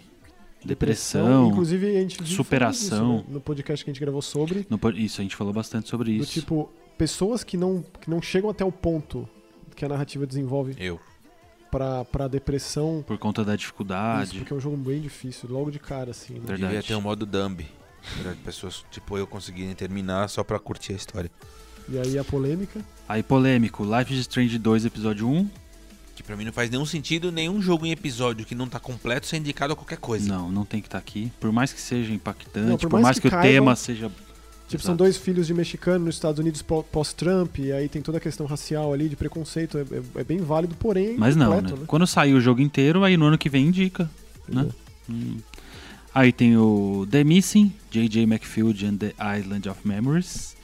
Speaker 1: depressão.
Speaker 2: Inclusive, a gente viu
Speaker 1: superação.
Speaker 2: isso, né, no podcast que a gente gravou sobre.
Speaker 1: Não pode- Isso, a gente falou bastante sobre
Speaker 2: Do
Speaker 1: isso.
Speaker 2: tipo, pessoas que não, que não chegam até o ponto que a narrativa desenvolve
Speaker 3: Eu.
Speaker 2: pra, pra depressão.
Speaker 1: Por conta da
Speaker 2: Isso,
Speaker 1: dificuldade.
Speaker 2: porque é um jogo bem difícil, logo de cara, assim. né?
Speaker 1: Verdade.
Speaker 3: Devia ter um modo Dumb. Pra pessoas tipo eu conseguirem terminar só pra curtir a história.
Speaker 2: E aí a polêmica.
Speaker 1: Aí polêmico, Life is Strange 2, episódio 1.
Speaker 3: Que pra mim não faz nenhum sentido nenhum jogo em episódio que não tá completo ser indicado a qualquer coisa.
Speaker 1: Não, não tem que estar aqui. Por mais que seja impactante,
Speaker 2: é. Não,
Speaker 1: por, mais, que, o
Speaker 2: caiba-
Speaker 1: tema seja.
Speaker 2: Tipo, são
Speaker 1: Exato.
Speaker 2: dois filhos de mexicano nos Estados Unidos pó- pós-Trump, e aí tem toda a questão racial ali, de preconceito, é, é- é bem válido, porém é
Speaker 1: Mas não,
Speaker 2: incompleto,
Speaker 1: né? Quando sair o jogo inteiro, aí no ano que vem indica, né? Hum. Aí tem o The Missing, J.J. McField and the Island of Memories,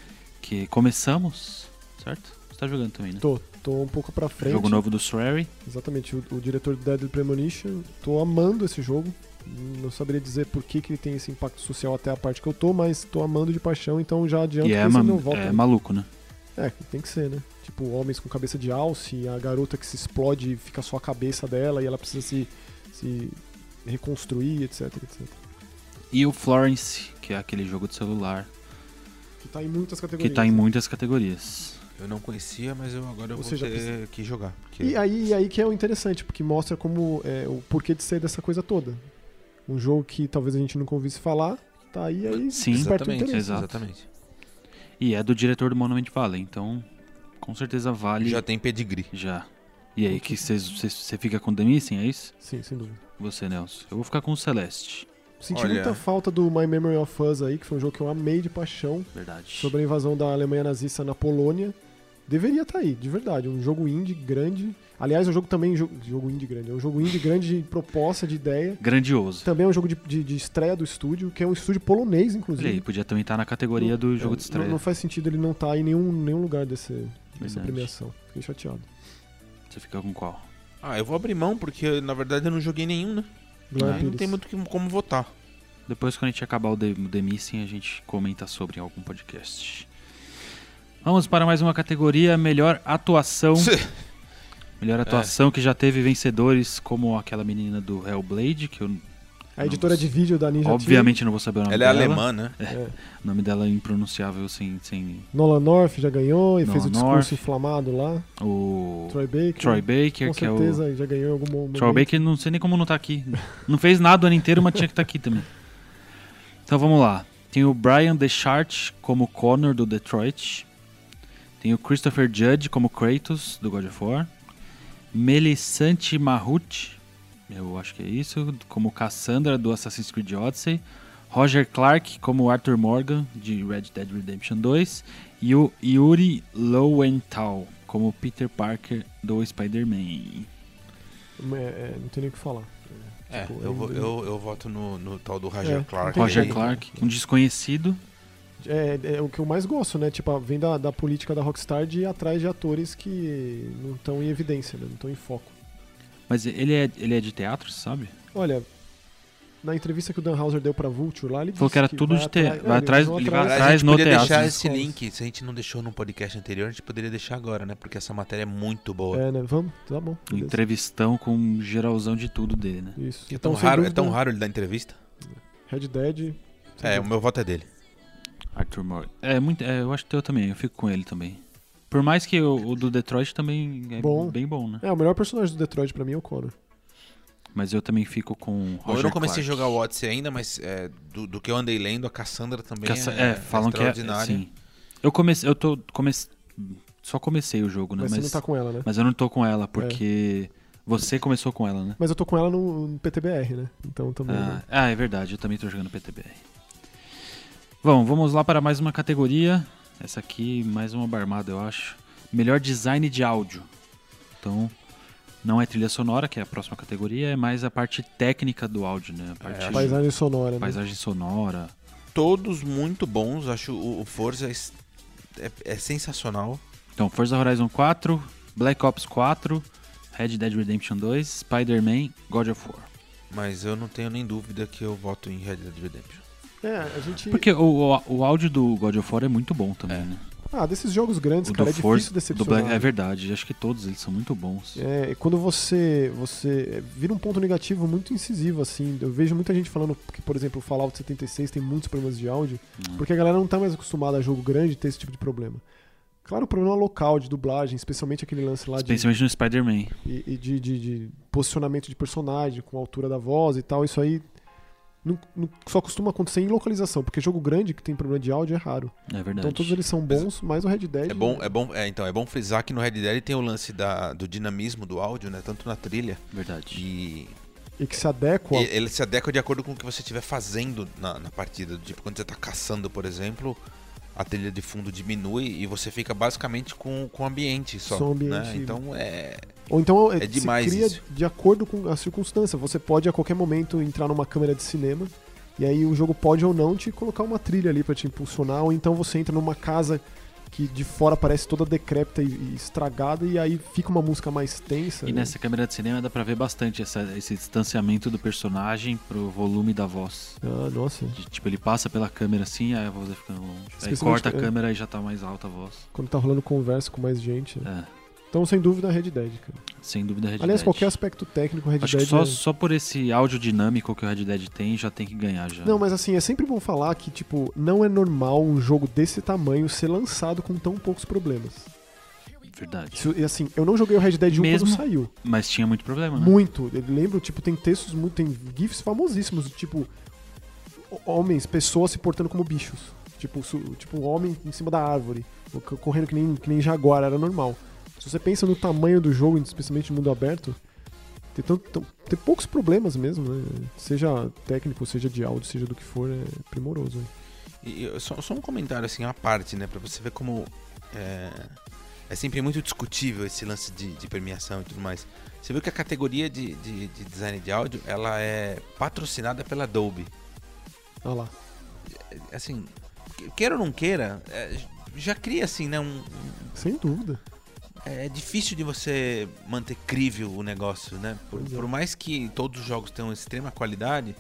Speaker 1: que começamos, certo? Você tá jogando também, né?
Speaker 2: Tô, tô um pouco pra frente.
Speaker 1: Jogo novo do Swery.
Speaker 2: Exatamente, o, o diretor do Deadly Premonition. Tô amando esse jogo. Não saberia dizer por que, que ele tem esse impacto social até a parte que eu tô, mas tô amando de paixão, então já adianto
Speaker 1: E
Speaker 2: que
Speaker 1: é,
Speaker 2: esse
Speaker 1: ma-
Speaker 2: não volta.
Speaker 1: é
Speaker 2: né?
Speaker 1: maluco, né?
Speaker 2: É, tem que ser, né? Tipo, homens com cabeça de alce, a garota que se explode e fica só a cabeça dela e ela precisa se, se reconstruir, etc, etc.
Speaker 1: E o Florence, que é aquele jogo de celular,
Speaker 2: Que tá em muitas
Speaker 1: que
Speaker 2: categorias.
Speaker 1: tá em
Speaker 2: né?
Speaker 1: muitas categorias.
Speaker 3: Eu não conhecia, mas eu agora eu
Speaker 2: Ou
Speaker 3: vou
Speaker 2: seja,
Speaker 3: ter que jogar. porque-
Speaker 2: E aí, e aí que é o interessante, porque mostra como é, o porquê de ser dessa coisa toda. Um jogo que talvez a gente nunca ouvisse falar, tá aí, aí
Speaker 1: Sim,
Speaker 2: desperta o
Speaker 3: exatamente,
Speaker 2: interesse.
Speaker 1: exato.
Speaker 3: exatamente.
Speaker 1: E é do diretor do Monument Valley, então com certeza vale
Speaker 3: Já
Speaker 1: já.
Speaker 3: tem pedigree.
Speaker 1: E aí, que você fica com The Missing, é isso?
Speaker 2: Sim, sem dúvida.
Speaker 1: Você, Nelson. Eu vou ficar com o Celeste,
Speaker 2: Senti
Speaker 3: Olha-
Speaker 2: muita falta do My Memory of Us aí, que foi um jogo que eu amei de paixão,
Speaker 1: verdade.
Speaker 2: sobre a invasão da Alemanha nazista na Polônia. Deveria estar aí, de verdade. Um jogo indie grande. Aliás, é um jogo também. jo- Jogo indie grande. É um jogo indie grande de proposta, de ideia.
Speaker 1: Grandioso.
Speaker 2: Também é um jogo de, de- de estreia do estúdio, que é um estúdio polonês,
Speaker 1: Olha
Speaker 2: inclusive.
Speaker 1: aí, podia também estar na categoria do jogo de
Speaker 2: Não-
Speaker 1: estreia.
Speaker 2: Não, faz sentido ele não estar em nenhum, nenhum lugar desse, dessa
Speaker 1: Verdade.
Speaker 2: premiação. Fiquei chateado.
Speaker 1: Você fica com qual?
Speaker 3: Ah, eu vou abrir mão, porque na verdade eu não joguei nenhum, né?
Speaker 2: Glória
Speaker 3: Aí não
Speaker 2: é Pires.
Speaker 3: tem muito que- como votar.
Speaker 1: Depois, quando a gente acabar o The, o The Missing, a gente comenta sobre em algum podcast. Vamos para mais uma categoria: melhor
Speaker 2: Então,
Speaker 1: atuação.
Speaker 3: É.
Speaker 1: Melhor atuação que já teve vencedores, como aquela menina do Hellblade, que eu
Speaker 2: A editora de vídeo da Ninja
Speaker 1: obviamente não vou saber o nome
Speaker 3: Ela é
Speaker 1: dela.
Speaker 3: alemã, né?
Speaker 2: Theory. É.
Speaker 1: O nome dela é impronunciável sem, sem
Speaker 2: Nolan North já ganhou e fez
Speaker 1: Nolan
Speaker 2: o discurso
Speaker 1: North.
Speaker 2: inflamado lá.
Speaker 1: o
Speaker 2: Troy Baker.
Speaker 1: Troy Baker,
Speaker 2: Com
Speaker 1: que é o.
Speaker 2: certeza já ganhou em algum momento.
Speaker 1: Troy Baker, não sei nem como não tá aqui. Não fez nada o ano inteiro, mas tinha que estar aqui também. Então vamos lá. Tem o Brian Deschart como Connor do Detroit. Tem o Christopher Judge como Kratos do God of War. Melisante Mahut, eu acho que é isso, como Cassandra do Assassin's Creed Odyssey. Roger Clark como Arthur Morgan de Red Dead Redemption 2 e o Yuri Lowenthal como Peter Parker do Spider-Man.
Speaker 2: É, é, não tem nem o que falar.
Speaker 3: É,
Speaker 2: Tipo,
Speaker 3: eu,
Speaker 2: é
Speaker 3: vou-
Speaker 2: um-
Speaker 3: eu, eu voto no, no tal do
Speaker 2: É,
Speaker 3: Roger
Speaker 2: não
Speaker 3: Clark.
Speaker 2: tem
Speaker 1: Roger
Speaker 2: jeito.
Speaker 3: aí.
Speaker 1: Clark, um desconhecido.
Speaker 2: É, é o que eu mais gosto, né? Tipo, vem da, da política da Rockstar de ir atrás de atores que não estão em evidência, né? Não estão em foco.
Speaker 1: Mas ele é, ele é de teatro, sabe?
Speaker 2: Olha, na entrevista que o Dan Hauser deu pra Vulture lá, ele disse
Speaker 1: Falou que era tudo de te- vai atrás-
Speaker 2: é, vão
Speaker 1: ele vai
Speaker 3: Aliás,
Speaker 1: atrás
Speaker 3: a gente
Speaker 1: no
Speaker 3: poderia
Speaker 1: teatro.
Speaker 3: deixar esse
Speaker 2: Escolas.
Speaker 3: link, se a gente não deixou no podcast anterior, a gente poderia deixar agora, né? Porque essa matéria é muito boa.
Speaker 2: É, né? Vamos, tá bom.
Speaker 1: Um
Speaker 2: beleza.
Speaker 1: entrevistão com um geralzão de tudo dele, né?
Speaker 2: Isso.
Speaker 3: É tão,
Speaker 2: sem
Speaker 3: raro, é
Speaker 2: dúvida,
Speaker 3: tão raro ele dar entrevista.
Speaker 2: Red Dead. sem
Speaker 3: É, o
Speaker 2: dúvida.
Speaker 3: meu voto é dele.
Speaker 1: Arthur Morgan. É, muito, é, eu acho que eu também, eu fico com ele também. Por mais que o, o do Detroit também é
Speaker 2: Bom.
Speaker 1: bem bom, né?
Speaker 2: É, o melhor personagem do Detroit pra mim é o Connor.
Speaker 1: Mas eu também fico com
Speaker 3: Bom, eu
Speaker 1: Roger
Speaker 3: não comecei
Speaker 1: Clark.
Speaker 3: a jogar o Odyssey ainda, mas é, do, do que eu andei lendo, a Cassandra também
Speaker 1: Caça-
Speaker 3: é,
Speaker 1: é, falam que é
Speaker 3: extraordinária.
Speaker 1: sim. Eu comecei, eu tô comece, só comecei o jogo, né?
Speaker 2: Mas,
Speaker 1: Mas,
Speaker 2: você não tá com ela, né?
Speaker 1: mas eu não tô com ela porque você começou com ela, né?
Speaker 2: Mas eu tô com ela no, no PTBR, né? Então também.
Speaker 1: Ah, ah, é verdade, eu também tô jogando PTBR. Bom, vamos lá para mais uma categoria. Essa aqui, mais uma barmada, eu acho. Melhor design de áudio. Então, não é trilha sonora, que é a próxima categoria, é mais a parte técnica do áudio, né? A parte
Speaker 3: acho-
Speaker 2: É, Paisagem sonora, né?
Speaker 1: paisagem sonora.
Speaker 3: Todos muito bons, acho o, o Forza é, es- é- é sensacional.
Speaker 1: Então, Forza Horizon 4, Black Ops 4, Red Dead Redemption 2, Spider-Man, God of War.
Speaker 3: Mas eu não tenho nem dúvida que eu voto em Red Dead Redemption.
Speaker 2: É, a gente.
Speaker 1: Porque o, o, o áudio do God of War é muito bom também, né?
Speaker 2: Ah, desses jogos grandes,
Speaker 1: O
Speaker 2: cara,
Speaker 1: do
Speaker 2: é
Speaker 1: Forza,
Speaker 2: difícil
Speaker 1: do
Speaker 2: decepcionar. né?
Speaker 1: Black, é verdade, acho que todos eles são muito bons.
Speaker 2: É, e quando você você vira um ponto negativo muito incisivo assim, eu vejo muita gente falando que, por exemplo, o Fallout 76 tem muitos problemas de áudio,
Speaker 1: Hum.
Speaker 2: porque a galera não tá mais acostumada a jogo grande ter esse tipo de problema. Claro, o problema local de dublagem, especialmente aquele lance lá de,
Speaker 1: Especialmente no Spider-Man.
Speaker 2: e, e de, de- de posicionamento de personagem, com a altura da voz e tal, isso aí não- não- só costuma acontecer em localização, porque jogo grande que tem problema de áudio é raro.
Speaker 1: É verdade.
Speaker 2: Então todos eles são bons, mas o Red Dead
Speaker 3: É bom, é bom, é, então é bom frisar que no Red Dead tem o lance da- do dinamismo do áudio, né? Tanto na trilha
Speaker 1: Verdade.
Speaker 3: e
Speaker 2: e que se adequa
Speaker 3: E- Ele se adequa de acordo com o que você estiver fazendo na, na partida. Tipo, quando você tá caçando, por exemplo, a trilha de fundo diminui e você fica basicamente com, com o ambiente só.
Speaker 2: Só o ambiente.
Speaker 3: né? Então é.
Speaker 2: Ou então
Speaker 3: É
Speaker 2: é,
Speaker 3: demais
Speaker 2: se cria
Speaker 3: isso.
Speaker 2: de acordo com a circunstância. Você pode a qualquer momento entrar numa câmera de cinema e aí o jogo pode ou não te colocar uma trilha ali pra te impulsionar, ou então você entra numa casa que de fora parece toda decrépita e, e estragada e aí fica uma música mais tensa.
Speaker 1: E
Speaker 2: né?
Speaker 1: nessa câmera de cinema dá pra ver bastante essa- esse distanciamento do personagem pro volume da voz.
Speaker 2: Ah, nossa.
Speaker 1: De, tipo, ele passa pela câmera assim, aí a voz vai ficando longe. Aí
Speaker 2: Especialmente-
Speaker 1: corta a
Speaker 2: é.
Speaker 1: câmera e já tá mais alta a voz.
Speaker 2: Quando tá rolando conversa com mais gente. né?
Speaker 1: É,
Speaker 2: Então, sem dúvida, Red Dead, cara.
Speaker 1: sem dúvida Red
Speaker 2: Aliás,
Speaker 1: Dead.
Speaker 2: qualquer aspecto técnico, Red
Speaker 1: Acho que
Speaker 2: Dead.
Speaker 1: só,
Speaker 2: é-
Speaker 1: só por esse áudio dinâmico que o Red Dead tem, já tem que ganhar já.
Speaker 2: Não, mas assim, é sempre bom falar que, tipo, não é normal um jogo desse tamanho ser lançado com tão poucos problemas.
Speaker 1: Verdade.
Speaker 2: Isso- e assim, eu não joguei o Red Dead 1
Speaker 1: Mesmo-
Speaker 2: quando saiu.
Speaker 1: Mas tinha muito problema, né?
Speaker 2: Muito. Eu lembro, tipo, tem textos muito. Tem GIFs famosíssimos, tipo. Homens, pessoas se portando como bichos. Tipo, su- tipo um homem em cima da árvore. co- Correndo que nem, que nem jaguar, era normal. Se você pensa no tamanho do jogo, especialmente no mundo aberto, tem, tão- tão- tem poucos problemas mesmo, né? Seja técnico, seja de áudio, seja do que for, é primoroso. né?
Speaker 3: e- e só, só um comentário assim à parte, né? Pra você ver como. É, é sempre muito discutível esse lance de, de premiação e tudo mais. Você viu que a categoria de, de- de design de áudio ela é patrocinada pela Adobe.
Speaker 2: Ah lá.
Speaker 3: Assim, que- queira ou não queira, é, já cria assim, né? um- um,
Speaker 2: Sem dúvida.
Speaker 3: É difícil de você manter crível o negócio, né? Por,
Speaker 2: Pois é.
Speaker 3: por mais que todos os jogos tenham extrema qualidade,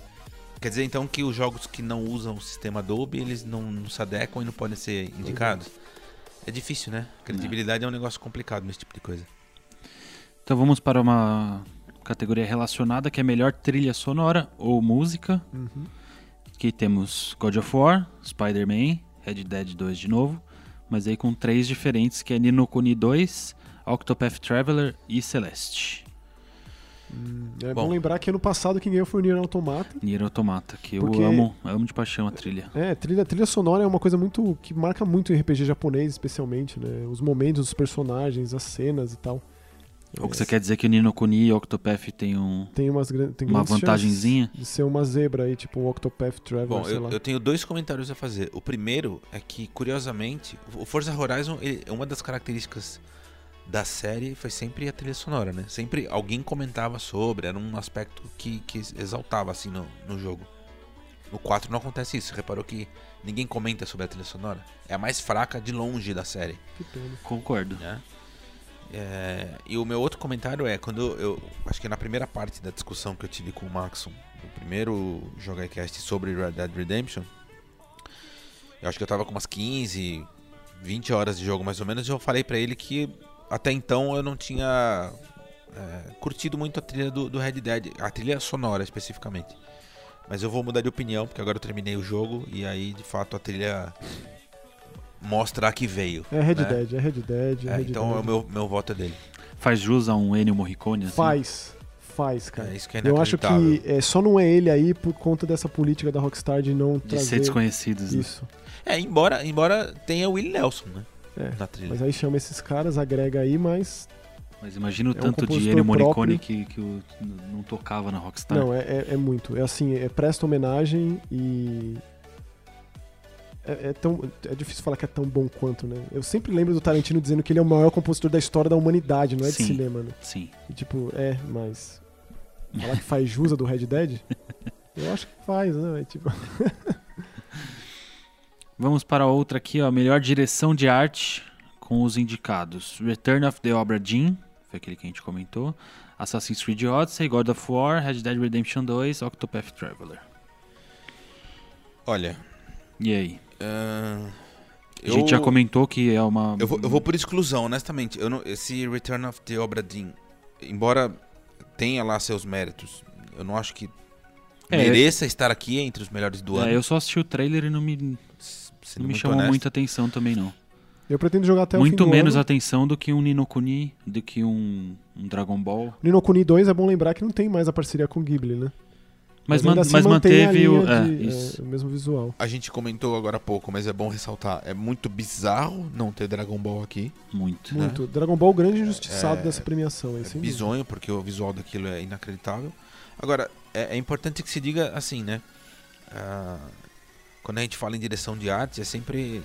Speaker 3: quer dizer então que os jogos que não usam o sistema Adobe, eles não, não se adequam e não podem ser indicados? É difícil, né? Credibilidade é um negócio complicado nesse tipo de coisa.
Speaker 1: Então vamos para uma categoria relacionada que é melhor trilha sonora ou música.
Speaker 2: Uhum.
Speaker 1: Que temos God of War, Spider-Man, Red Dead 2 de novo, mas aí com três diferentes que é Nino Kuni 2, Octopath Traveler e Celeste.
Speaker 2: É bom,
Speaker 3: Bom.
Speaker 2: lembrar que ano passado quem ganhou foi o Nier Automata.
Speaker 1: Nier Automata, que
Speaker 2: Porque-
Speaker 1: eu amo, amo de paixão a trilha.
Speaker 2: É, trilha, trilha sonora é uma coisa muito que marca muito em RPG japonês, especialmente, né? Os momentos, os personagens, as cenas e tal. É
Speaker 1: Ou que você quer dizer que o Nino Kuni e o Octopath tem um
Speaker 2: Tem umas gran- tem
Speaker 1: Uma
Speaker 2: grandes chances
Speaker 1: vantagenzinha?
Speaker 2: de ser uma zebra aí, tipo um Octopath Traveler,
Speaker 3: Bom,
Speaker 2: sei
Speaker 3: eu,
Speaker 2: lá.
Speaker 3: eu tenho dois comentários a fazer. O primeiro é que, curiosamente, o Forza Horizon, ele- uma das características da série foi sempre a trilha sonora, né? Sempre alguém comentava sobre, era um aspecto que, que exaltava, assim, no, no jogo. No 4 não acontece isso, Você reparou que ninguém comenta sobre a trilha sonora? É a mais fraca de longe da série.
Speaker 2: Que pena.
Speaker 1: concordo.
Speaker 3: Né? É, e o meu outro comentário é, quando eu. Acho que na primeira parte da discussão que eu tive com o Maxon, no primeiro Jogacast sobre Red Dead Redemption, eu acho que eu tava com umas 15, 20 horas de jogo mais ou menos, e eu falei pra ele que até então eu não tinha é, curtido muito a trilha do, do Red Dead, a trilha sonora especificamente. Mas eu vou mudar de opinião, porque agora eu terminei o jogo e aí de fato a trilha mostrar que veio.
Speaker 2: É Red
Speaker 3: né?
Speaker 2: Dead, é Red Dead, é,
Speaker 3: É,
Speaker 2: Red
Speaker 3: então
Speaker 2: Dead.
Speaker 3: o meu, meu voto é dele.
Speaker 1: Faz jus a um Ennio Morricone, assim?
Speaker 2: Faz, faz, cara.
Speaker 3: É isso que é
Speaker 2: Eu acho
Speaker 3: inacreditável.
Speaker 2: que é, só não é ele aí por conta dessa política da Rockstar de não
Speaker 1: De
Speaker 2: trazer
Speaker 1: ser desconhecidos, né?
Speaker 2: isso.
Speaker 3: É, embora, embora tenha o Willie Nelson, né?
Speaker 2: É,
Speaker 3: Na trilha.
Speaker 2: Mas aí chama esses caras, agrega aí, mas
Speaker 1: Mas imagina o
Speaker 2: É um
Speaker 1: tanto de
Speaker 2: compositor
Speaker 1: Ennio Morricone que, que o- n- não tocava na Rockstar.
Speaker 2: não, é, é- é muito. É assim, é, presta homenagem e é, é tão é difícil falar que é tão bom quanto, né? Eu sempre lembro do Tarantino dizendo que ele é o maior compositor da história da humanidade, não é
Speaker 1: Sim.
Speaker 2: de cinema, né?
Speaker 1: Sim.
Speaker 2: E, tipo, é, mas falar que faz jus a do Red Dead? Eu acho que faz, né? É, tipo,
Speaker 1: Vamos para outra aqui, ó. Melhor direção de arte com os indicados: Return of the Obra Dinn, foi aquele que a gente comentou. Assassin's Creed Odyssey, God of War, Red Dead Redemption 2, Octopath Traveler.
Speaker 3: Olha.
Speaker 1: E aí?
Speaker 3: ahn,
Speaker 1: A gente já comentou que é uma.
Speaker 3: ah, Eu vou, eu vou por exclusão, honestamente. Eu não- esse Return of the Obra Dinn, embora tenha lá seus méritos, eu não acho que
Speaker 1: É,
Speaker 3: mereça estar aqui entre os melhores do ano.
Speaker 1: É, eu só assisti o trailer e não me,
Speaker 3: sendo
Speaker 1: não me
Speaker 3: muito
Speaker 1: chamou
Speaker 3: honesto.
Speaker 1: muita atenção também, não.
Speaker 2: eu pretendo jogar até o fim
Speaker 1: Muito
Speaker 2: do
Speaker 1: menos
Speaker 2: ano.
Speaker 1: atenção do que um Ninokuni, do que um, um Dragon Ball.
Speaker 2: Nino Kuni 2 é bom lembrar que não tem mais a parceria com o Ghibli, né?
Speaker 1: Mas,
Speaker 2: ainda
Speaker 1: man-
Speaker 2: assim
Speaker 1: mas
Speaker 2: mantém a
Speaker 1: manteve o.
Speaker 2: linha
Speaker 1: é,
Speaker 2: de,
Speaker 1: isso.
Speaker 2: é, o mesmo visual.
Speaker 3: A gente comentou agora há pouco, mas é bom ressaltar. É muito bizarro não ter Dragon Ball aqui.
Speaker 2: é.
Speaker 1: Muito.
Speaker 2: Muito. Dragon Ball grande injustiçado
Speaker 3: É,
Speaker 2: dessa premiação, aí,
Speaker 3: é
Speaker 2: sem dúvida.
Speaker 3: bizonho, porque o visual daquilo é inacreditável. Agora, é, é importante que se diga assim, né? Ah, quando a gente fala em direção de arte, é sempre.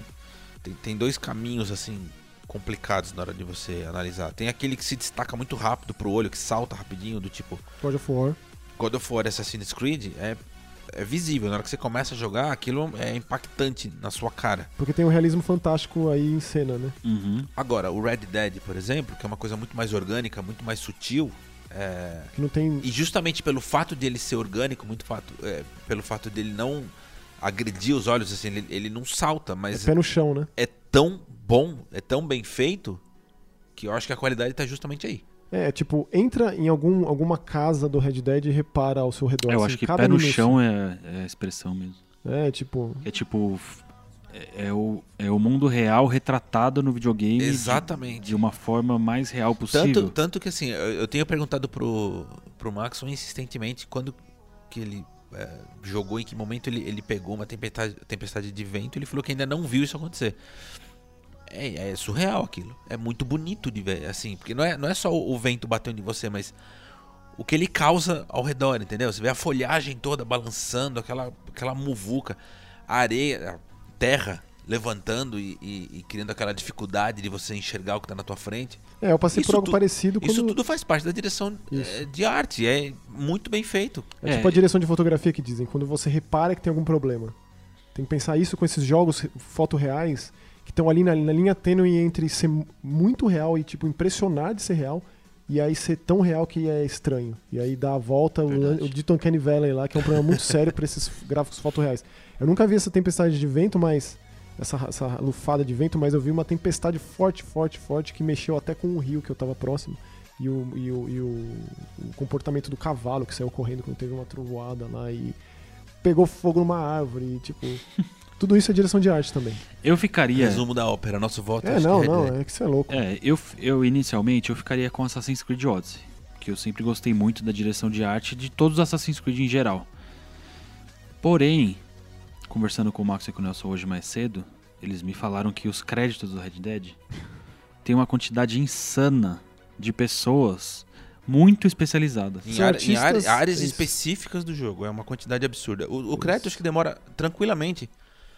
Speaker 3: Tem, tem dois caminhos, assim, complicados na hora de você analisar. Tem aquele que se destaca muito rápido pro olho, que salta rapidinho, do tipo.
Speaker 2: God of War.
Speaker 3: God of War e Assassin's Creed é, é visível. Na hora que você começa a jogar, aquilo é impactante na sua cara.
Speaker 2: Porque tem um realismo fantástico aí em cena, né?
Speaker 1: Uhum.
Speaker 3: Agora, o Red Dead, por exemplo, que é uma coisa muito mais orgânica, muito mais sutil. É,
Speaker 2: Que não tem.
Speaker 3: E justamente pelo fato dele ser orgânico, muito fato, é, pelo fato dele não agredir os olhos, assim, ele, ele não salta, mas
Speaker 2: É pé no chão, né?
Speaker 3: é tão bom, é tão bem feito, que eu acho que a qualidade tá justamente aí.
Speaker 2: É, é tipo, entra em algum, alguma casa do Red Dead e repara ao seu redor.
Speaker 1: Eu
Speaker 2: assim,
Speaker 1: acho que
Speaker 2: cada
Speaker 1: pé no
Speaker 2: minúcia.
Speaker 1: chão é, é a expressão mesmo.
Speaker 2: É, tipo.
Speaker 1: É tipo. f- É, é o, é o mundo real retratado no videogame. de-
Speaker 3: Exatamente.
Speaker 1: De, uma forma mais real possível.
Speaker 3: Tanto, tanto que assim, eu, eu tenho perguntado pro, pro Maxon insistentemente quando que ele é, jogou, em que momento ele, ele pegou uma tempestade, tempestade de vento, ele falou que ainda não viu isso acontecer. É, é surreal aquilo. É muito bonito de ver, assim, porque não é, não é só o, o vento batendo em você, mas o que ele causa ao redor, entendeu? Você vê a folhagem toda balançando, aquela, aquela muvuca, a areia, a terra levantando e, e- e criando aquela dificuldade de você enxergar o que tá na tua frente.
Speaker 2: É, eu passei
Speaker 3: Isso
Speaker 2: por algo
Speaker 3: tu-
Speaker 2: parecido quando.
Speaker 3: Isso tudo faz parte da direção
Speaker 2: Isso.
Speaker 3: eh, de arte, é muito bem feito.
Speaker 2: É tipo a direção de fotografia que dizem, quando você repara que tem algum problema. Tem que pensar isso com esses jogos re- fotorreais que estão ali na, na linha tênue entre ser mu- muito real e tipo impressionar de ser real e aí ser tão real que é estranho. E aí dá a volta o, lan-
Speaker 1: Verdade.
Speaker 2: o Ditton Canny Valley lá, que é um problema muito sério para esses gráficos fotorreais. Eu nunca vi essa tempestade de vento, mas essa, ra- essa lufada de vento, mas eu vi uma tempestade forte, forte, forte que mexeu até com o rio que eu tava próximo e o, e o, e o- o comportamento do cavalo que saiu correndo quando teve uma trovoada lá e pegou fogo numa árvore, e, tipo. Tudo isso é direção de arte também.
Speaker 1: Eu ficaria.
Speaker 3: Resumo da ópera, nosso voto
Speaker 2: É,
Speaker 3: acho
Speaker 2: não,
Speaker 3: que
Speaker 2: não,
Speaker 3: Red Dead.
Speaker 2: é que você é louco.
Speaker 1: É, eu, f- eu inicialmente eu ficaria com Assassin's Creed Odyssey. Que eu sempre gostei muito da direção de arte de todos os Assassin's Creed em geral. Porém, conversando com o Max e com o Nelson hoje mais cedo, eles me falaram que os créditos do Red Dead tem uma quantidade insana de pessoas muito especializadas.
Speaker 3: Em,
Speaker 2: São
Speaker 3: área- em área-
Speaker 2: artistas- é
Speaker 3: áreas
Speaker 2: isso.
Speaker 3: específicas do jogo, é uma quantidade absurda. O, o crédito acho que demora tranquilamente.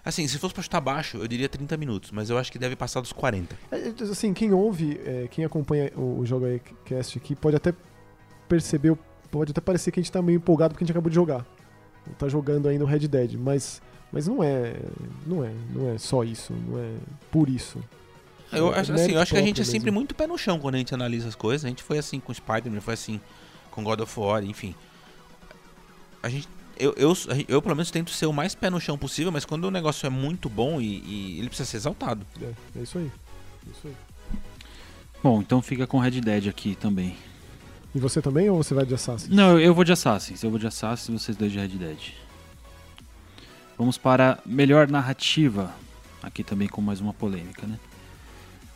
Speaker 3: Assim, se fosse pra chutar baixo, eu diria 30 minutos, mas eu acho que deve passar dos 40.
Speaker 2: É, é, Assim, quem ouve, é, quem acompanha o, o Jogo aí Cast aqui, pode até perceber, o- pode até parecer que a gente tá meio empolgado porque a gente acabou de jogar. Ou Tá jogando ainda o Red Dead, mas, mas não é. Não é, não é só isso, não é por isso.
Speaker 3: Eu,
Speaker 2: É,
Speaker 3: acho,
Speaker 2: mérito
Speaker 3: assim, eu acho que a gente é
Speaker 2: próprio
Speaker 3: sempre
Speaker 2: mesmo.
Speaker 3: muito pé no chão quando a gente analisa as coisas. A gente foi assim com Spider-Man, foi assim com God of War, enfim. A gente, eu, eu, a gente- eu, pelo menos tento ser o mais pé no chão possível, mas quando o negócio é muito bom e, e ele precisa ser exaltado.
Speaker 2: É, é isso aí. é isso aí.
Speaker 1: Bom, então fica com Red Dead aqui também.
Speaker 2: E você também ou você vai de Assassin?
Speaker 1: Não, eu- eu vou de Assassins. Eu vou de Assassins, vocês dois de Red Dead. Vamos para melhor narrativa. Aqui também com mais uma polêmica, né?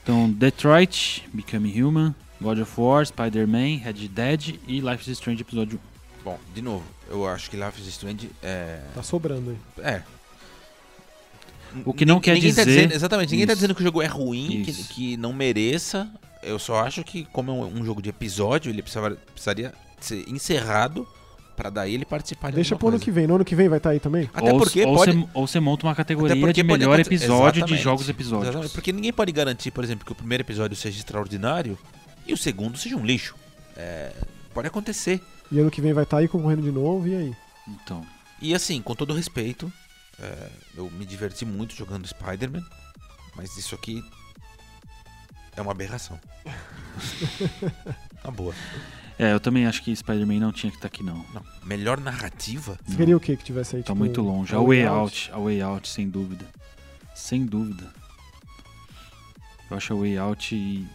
Speaker 1: Então, Detroit, Become Human, God of War, Spider-Man, Red Dead e Life is Strange Episódio
Speaker 3: Bom, de novo, eu acho que Life is Strange é.
Speaker 2: Tá sobrando aí.
Speaker 3: É.
Speaker 1: O que não
Speaker 3: Ni-
Speaker 1: quer
Speaker 3: ninguém tá
Speaker 1: dizer-
Speaker 3: dizendo- exatamente, ninguém tá
Speaker 1: Isso.
Speaker 3: dizendo que o jogo é ruim, que,
Speaker 1: Isso.
Speaker 3: que não mereça. Eu só acho que, como é um, um jogo de episódio, ele precisava- precisaria ser encerrado pra daí ele participar de
Speaker 2: Deixa pro
Speaker 3: alguma
Speaker 2: ano
Speaker 3: coisa.
Speaker 2: que vem. No ano que vem vai estar aí também?
Speaker 3: Até
Speaker 1: ou,
Speaker 3: porque
Speaker 1: ou
Speaker 3: pode.
Speaker 1: você- ou você monta uma
Speaker 3: até
Speaker 1: categoria
Speaker 3: porque
Speaker 1: de
Speaker 3: pode
Speaker 1: melhor
Speaker 3: acontecer-
Speaker 1: episódio de
Speaker 3: Exatamente.
Speaker 1: jogos episódios.
Speaker 3: Exatamente, Porque ninguém pode garantir, por exemplo, que o primeiro episódio seja extraordinário e o segundo seja um lixo. É, pode acontecer.
Speaker 2: E ano que vem vai estar aí concorrendo de novo, e aí?
Speaker 1: Então,
Speaker 3: E assim, com todo respeito, é, eu me diverti muito jogando Spider-Man, mas isso aqui é uma aberração. Na boa.
Speaker 1: é, eu também acho que Spider-Man não tinha que estar aqui não.
Speaker 3: Não, melhor narrativa?
Speaker 2: Você
Speaker 1: Não.
Speaker 2: queria o que que tivesse aí?
Speaker 1: Tá
Speaker 2: tipo,
Speaker 1: muito
Speaker 2: um-
Speaker 1: longe. A
Speaker 2: um
Speaker 1: Way Out,
Speaker 2: layout?
Speaker 1: a Way Out, sem dúvida. Sem dúvida. Eu acho a Way Out. e-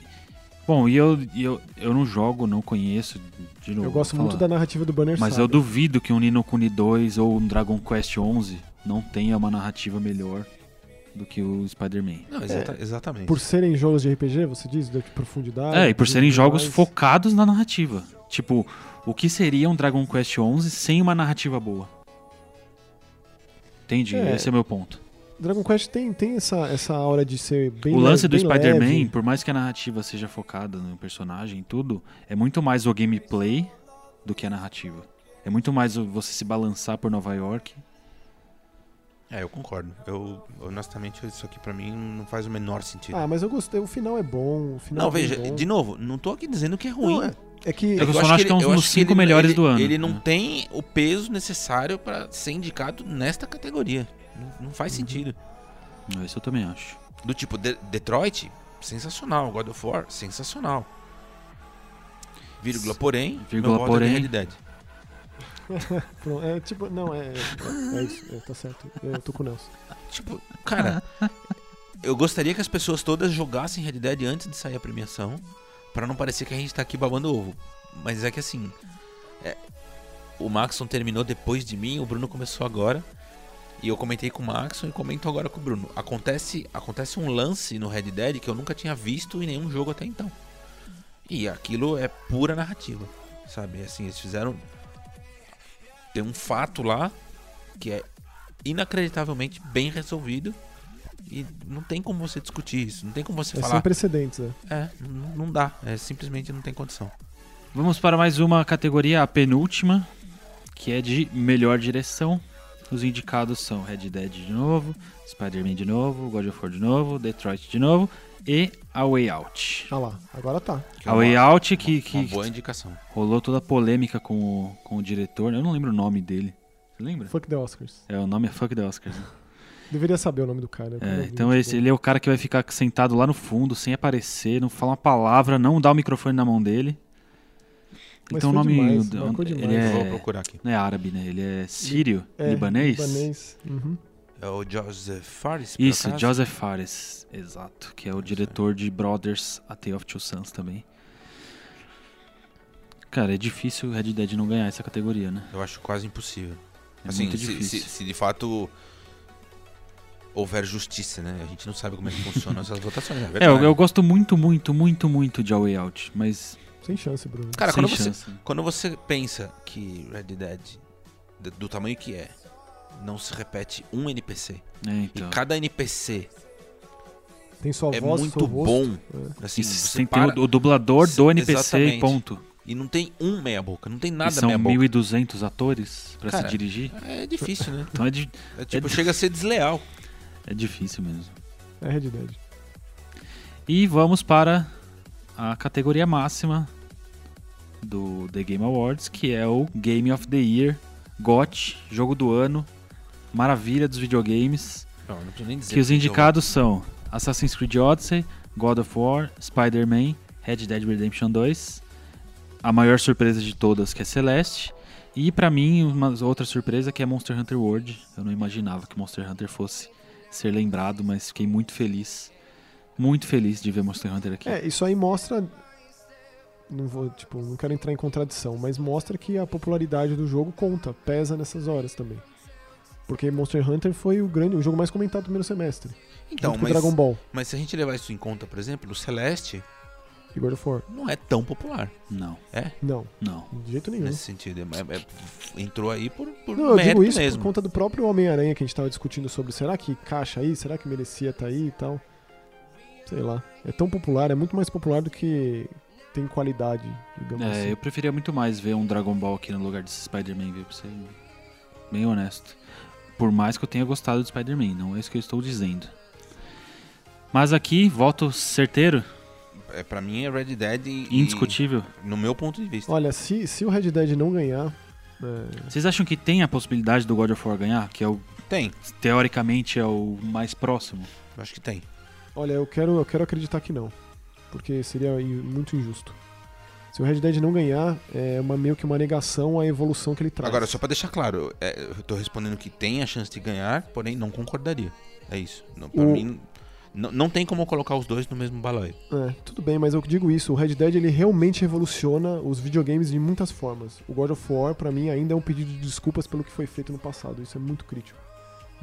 Speaker 1: Bom, e eu, e eu, eu não jogo, não conheço. De novo,
Speaker 2: Eu gosto
Speaker 1: vou
Speaker 2: muito da
Speaker 1: falar.
Speaker 2: narrativa do Banner
Speaker 1: Mas
Speaker 2: Saga.
Speaker 1: eu duvido que um Nino Kuni 2 ou um Dragon Quest 11 não tenha uma narrativa melhor do que o Spider-Man.
Speaker 3: Não, exata- exatamente.
Speaker 2: É. Por serem jogos de RPG, você diz? né, De profundidade?
Speaker 1: É, e por
Speaker 2: de
Speaker 1: serem jogos
Speaker 2: mais-
Speaker 1: focados na narrativa. Tipo, o que seria um Dragon Quest 11 sem uma narrativa boa? Entendi,
Speaker 2: É.
Speaker 1: esse é o meu ponto.
Speaker 2: Dragon Quest tem, tem essa, essa hora de ser bem
Speaker 1: o lance do
Speaker 2: bem
Speaker 1: Spider-Man,
Speaker 2: leve.
Speaker 1: por mais que a narrativa seja focada no personagem e tudo, é muito mais o gameplay do que a narrativa. É muito mais o- você se balançar por Nova York.
Speaker 3: É, eu concordo. Eu, honestamente, isso aqui pra mim não faz o menor sentido.
Speaker 2: Ah, mas eu gostei. O final é bom. O final
Speaker 3: não,
Speaker 2: é bem
Speaker 3: veja,
Speaker 2: bom.
Speaker 3: de novo, não tô aqui dizendo que é ruim.
Speaker 2: Não, é, é que
Speaker 1: Eu só acho que é um
Speaker 3: eu
Speaker 1: dos
Speaker 3: que
Speaker 1: cinco
Speaker 3: ele-
Speaker 1: melhores
Speaker 3: ele-
Speaker 1: do ano.
Speaker 3: Ele não
Speaker 1: É.
Speaker 3: tem o peso necessário pra ser indicado nesta categoria. Não, não
Speaker 2: Uhum.
Speaker 3: faz sentido.
Speaker 1: Não, Isso eu também acho.
Speaker 3: Do tipo, De- Detroit, sensacional. God of War, sensacional. Vírgula, porém,
Speaker 1: Vírgula,
Speaker 3: meu voto é de
Speaker 1: porém.
Speaker 3: realidade.
Speaker 2: Pronto, é tipo, não, é. É é isso, é, tá certo. Eu tô com o Nelson.
Speaker 3: Tipo, cara, eu gostaria que as pessoas todas jogassem realidade antes de sair a premiação, pra não parecer que a gente tá aqui babando ovo. Mas é que assim, é, o Maxon terminou depois de mim, o Bruno começou agora. E eu comentei com o Maxon e comento agora com o Bruno. Acontece, acontece um lance no Red Dead que eu nunca tinha visto em nenhum jogo até então. E aquilo é pura narrativa, sabe? Assim, eles fizeram tem um fato lá que é inacreditavelmente bem resolvido e não tem como você discutir isso, não tem como você
Speaker 2: É
Speaker 3: falar.
Speaker 2: sem precedentes, né?
Speaker 3: É, n- não dá, é simplesmente não tem condição.
Speaker 1: Vamos para mais uma categoria, a penúltima, que é de melhor direção. Os indicados são Red Dead de novo, Spider-Man de novo, God of War de novo, Detroit de novo e A Way Out.
Speaker 2: Ah lá, agora tá.
Speaker 3: Que é
Speaker 1: A Way
Speaker 3: uma-
Speaker 1: Out que, que
Speaker 3: uma boa indicação.
Speaker 1: rolou toda a polêmica com o, com o diretor, né? eu não lembro o nome dele. Você lembra?
Speaker 2: Fuck the Oscars.
Speaker 1: É, o nome é Fuck the Oscars. né?
Speaker 2: Deveria saber o nome do cara.
Speaker 1: É,
Speaker 2: né?
Speaker 1: então esse, ele é o cara que vai ficar sentado lá no fundo, sem aparecer, não fala uma palavra, não dá o microfone na mão dele.
Speaker 2: Mas
Speaker 1: então o
Speaker 2: foi
Speaker 1: nome.
Speaker 2: demais,
Speaker 1: o-
Speaker 2: marcou
Speaker 1: ele
Speaker 2: demais.
Speaker 3: Eu vou
Speaker 1: é,
Speaker 3: procurar aqui.
Speaker 1: não é árabe, né? Ele é sírio,
Speaker 2: É,
Speaker 1: libanês.
Speaker 2: Libanês. Uhum.
Speaker 3: É o Joseph Fares? por
Speaker 1: Isso,
Speaker 3: acaso?
Speaker 1: Joseph Fares, exato, que é o diretor de Brothers, A Tale of Two Sons também. Cara, é difícil o Red Dead não ganhar essa categoria, né?
Speaker 3: Eu acho quase impossível.
Speaker 1: É
Speaker 3: assim,
Speaker 1: muito
Speaker 3: se,
Speaker 1: difícil.
Speaker 3: se- se de fato houver justiça, né? A gente não sabe como é que funcionam essas votações. É,
Speaker 1: É, eu,
Speaker 3: verdade.
Speaker 1: eu gosto muito, muito, muito, muito de A Way Out, mas
Speaker 2: Sem chance, Bruno.
Speaker 3: Cara,
Speaker 1: sem
Speaker 3: quando você,
Speaker 1: chance.
Speaker 3: Quando você pensa que Red Dead, d- do tamanho que é, não se repete um NPC.
Speaker 1: É,
Speaker 3: E
Speaker 1: então.
Speaker 3: cada NPC
Speaker 2: Tem sua
Speaker 3: é
Speaker 2: voz,
Speaker 3: muito
Speaker 2: seu rosto.
Speaker 3: bom.
Speaker 2: É.
Speaker 3: Assim,
Speaker 1: E
Speaker 3: você
Speaker 1: tem que ter um
Speaker 3: para
Speaker 1: o, o dublador do
Speaker 3: Sim,
Speaker 1: NPC e
Speaker 3: exatamente.
Speaker 1: ponto.
Speaker 3: e não tem um meia boca, não tem
Speaker 1: e
Speaker 3: nada
Speaker 1: são
Speaker 3: meia boca.
Speaker 1: 1.200 atores pra se
Speaker 3: Cara.
Speaker 1: dirigir.
Speaker 3: É difícil, né?
Speaker 1: Então é, di-
Speaker 3: É tipo,
Speaker 1: É
Speaker 3: chega a ser desleal.
Speaker 1: é difícil mesmo.
Speaker 2: É Red Dead.
Speaker 1: E vamos para a categoria máxima do The Game Awards, que é o Game of the Year, GOT, jogo do ano, maravilha dos videogames.
Speaker 3: Não, não preciso nem dizer.
Speaker 1: Que os
Speaker 3: porque
Speaker 1: indicados são Assassin's Creed Odyssey, God of War, Spider-Man, Red Dead Redemption 2, a maior surpresa de todas que é Celeste, e pra mim uma outra surpresa que é Monster Hunter World. Eu não imaginava que Monster Hunter fosse ser lembrado, mas fiquei muito feliz, muito feliz de ver Monster Hunter aqui.
Speaker 2: É, isso aí mostra. Não vou, tipo, não quero entrar em contradição, mas mostra que a popularidade do jogo conta, pesa nessas horas também. Porque Monster Hunter foi o grande, o jogo mais comentado do primeiro semestre.
Speaker 3: eu- Então,
Speaker 2: junto com
Speaker 3: mas,
Speaker 2: Dragon Ball
Speaker 3: mas se a gente levar isso em conta, por exemplo, o Celeste
Speaker 2: e God of War.
Speaker 3: não é tão popular
Speaker 1: Não,
Speaker 2: Não,
Speaker 1: não.
Speaker 2: de jeito nenhum.
Speaker 3: nesse sentido. É- é- entrou aí por, por
Speaker 2: Uhum. Não, eu
Speaker 3: mérito
Speaker 2: digo isso
Speaker 3: mesmo.
Speaker 2: por conta do próprio Homem-Aranha que a gente tava discutindo sobre. Será que caixa aí? Será que merecia tá aí e tal? Sei lá. É tão popular, é muito mais popular do que tem qualidade, digamos assim.
Speaker 1: É, eu preferia muito mais ver um Dragon Ball aqui no lugar desse Spider-Man, viu? Pra ser bem honesto. Por mais que eu tenha gostado do Spider-Man, não é isso que eu estou dizendo. Mas aqui, voto certeiro,
Speaker 3: É, pra mim é Red Dead e,
Speaker 1: indiscutível.
Speaker 3: e- no meu ponto de vista.
Speaker 2: Olha, se, se o Red Dead não ganhar, é,
Speaker 1: Vocês acham que tem a possibilidade do God of War ganhar? Que é o,
Speaker 3: Tem,
Speaker 1: teoricamente é o mais próximo.
Speaker 3: eu acho que tem.
Speaker 2: olha, eu quero, eu quero acreditar que não. Porque seria in- muito injusto. Se o Red Dead não ganhar, é uma, meio que uma negação à evolução que ele traz.
Speaker 3: Agora, só pra deixar claro, eu- é, eu tô respondendo que tem a chance de ganhar, porém não concordaria. É isso. Não, pra
Speaker 2: O-
Speaker 3: mim, não, não tem como eu colocar os dois no mesmo balaio.
Speaker 2: É, tudo bem, mas eu digo isso, o Red Dead ele realmente revoluciona os videogames de muitas formas. O God of War, pra mim, ainda é um pedido de desculpas pelo que foi feito no passado, isso é muito crítico.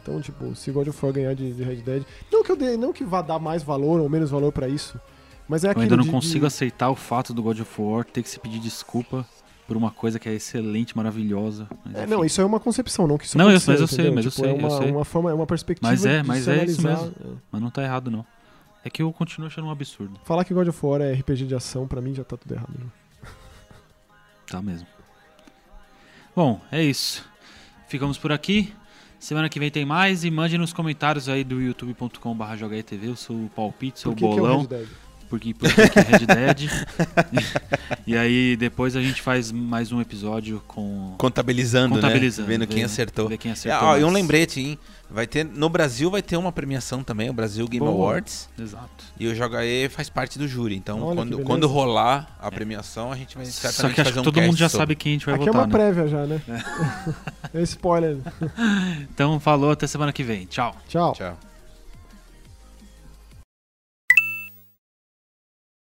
Speaker 2: Então, tipo, se God of War ganhar de, de Red Dead, não que eu dê, não que vá dar mais valor ou menos valor pra isso, mas é
Speaker 1: eu
Speaker 2: aquilo
Speaker 1: ainda não
Speaker 2: de- de-
Speaker 1: consigo aceitar o fato do God of War ter que se pedir desculpa por uma coisa que é excelente, maravilhosa. mas
Speaker 2: É,
Speaker 1: enfim.
Speaker 2: não, isso é uma concepção, não que isso
Speaker 1: Não, eu-
Speaker 2: aconteceu,
Speaker 1: mas eu sei,
Speaker 2: entendeu?
Speaker 1: mas eu
Speaker 2: Tipo,
Speaker 1: sei,
Speaker 2: é
Speaker 1: eu
Speaker 2: uma,
Speaker 1: sei.
Speaker 2: uma forma, é uma perspectiva
Speaker 1: Mas é,
Speaker 2: de
Speaker 1: mas
Speaker 2: se
Speaker 1: é isso
Speaker 2: analisar, é.
Speaker 1: Mas não tá errado, não. É que eu continuo achando um absurdo.
Speaker 2: Falar que God of War é RPG de ação, pra mim já tá tudo errado. já.
Speaker 1: Tá mesmo. Bom, é isso. Ficamos por aqui. Semana que vem tem mais e mande nos comentários aí do youtube.com.br jogaetv o seu palpite, seu
Speaker 2: Por que que é o
Speaker 1: bolão.
Speaker 2: Red Dead?
Speaker 1: porque porque que é Red Dead. e aí depois a gente faz mais um episódio com
Speaker 3: Contabilizando,
Speaker 1: contabilizando.
Speaker 3: né? Vendo quem
Speaker 1: ver-
Speaker 3: acertou.
Speaker 1: ver quem acertou
Speaker 3: Ah, ó, e um
Speaker 1: mais.
Speaker 3: lembrete, hein? Vai ter, no Brasil vai ter uma premiação também, o Brasil Game
Speaker 1: Boa.
Speaker 3: Awards.
Speaker 1: Exato.
Speaker 3: E o JHE faz parte do júri. Então,
Speaker 2: Olha que
Speaker 3: quando,
Speaker 2: beleza.
Speaker 3: quando rolar a premiação, a gente vai
Speaker 1: Só
Speaker 3: certamente
Speaker 1: que acho
Speaker 3: fazer
Speaker 1: que
Speaker 3: um
Speaker 1: todo mundo
Speaker 3: cast
Speaker 1: já
Speaker 3: sobre.
Speaker 1: sabe quem a gente vai
Speaker 2: Aqui é
Speaker 1: votar,
Speaker 2: uma
Speaker 1: né?
Speaker 2: prévia já, né? é spoiler.
Speaker 1: Então falou, até semana que vem. Tchau.
Speaker 2: Tchau.
Speaker 3: Tchau.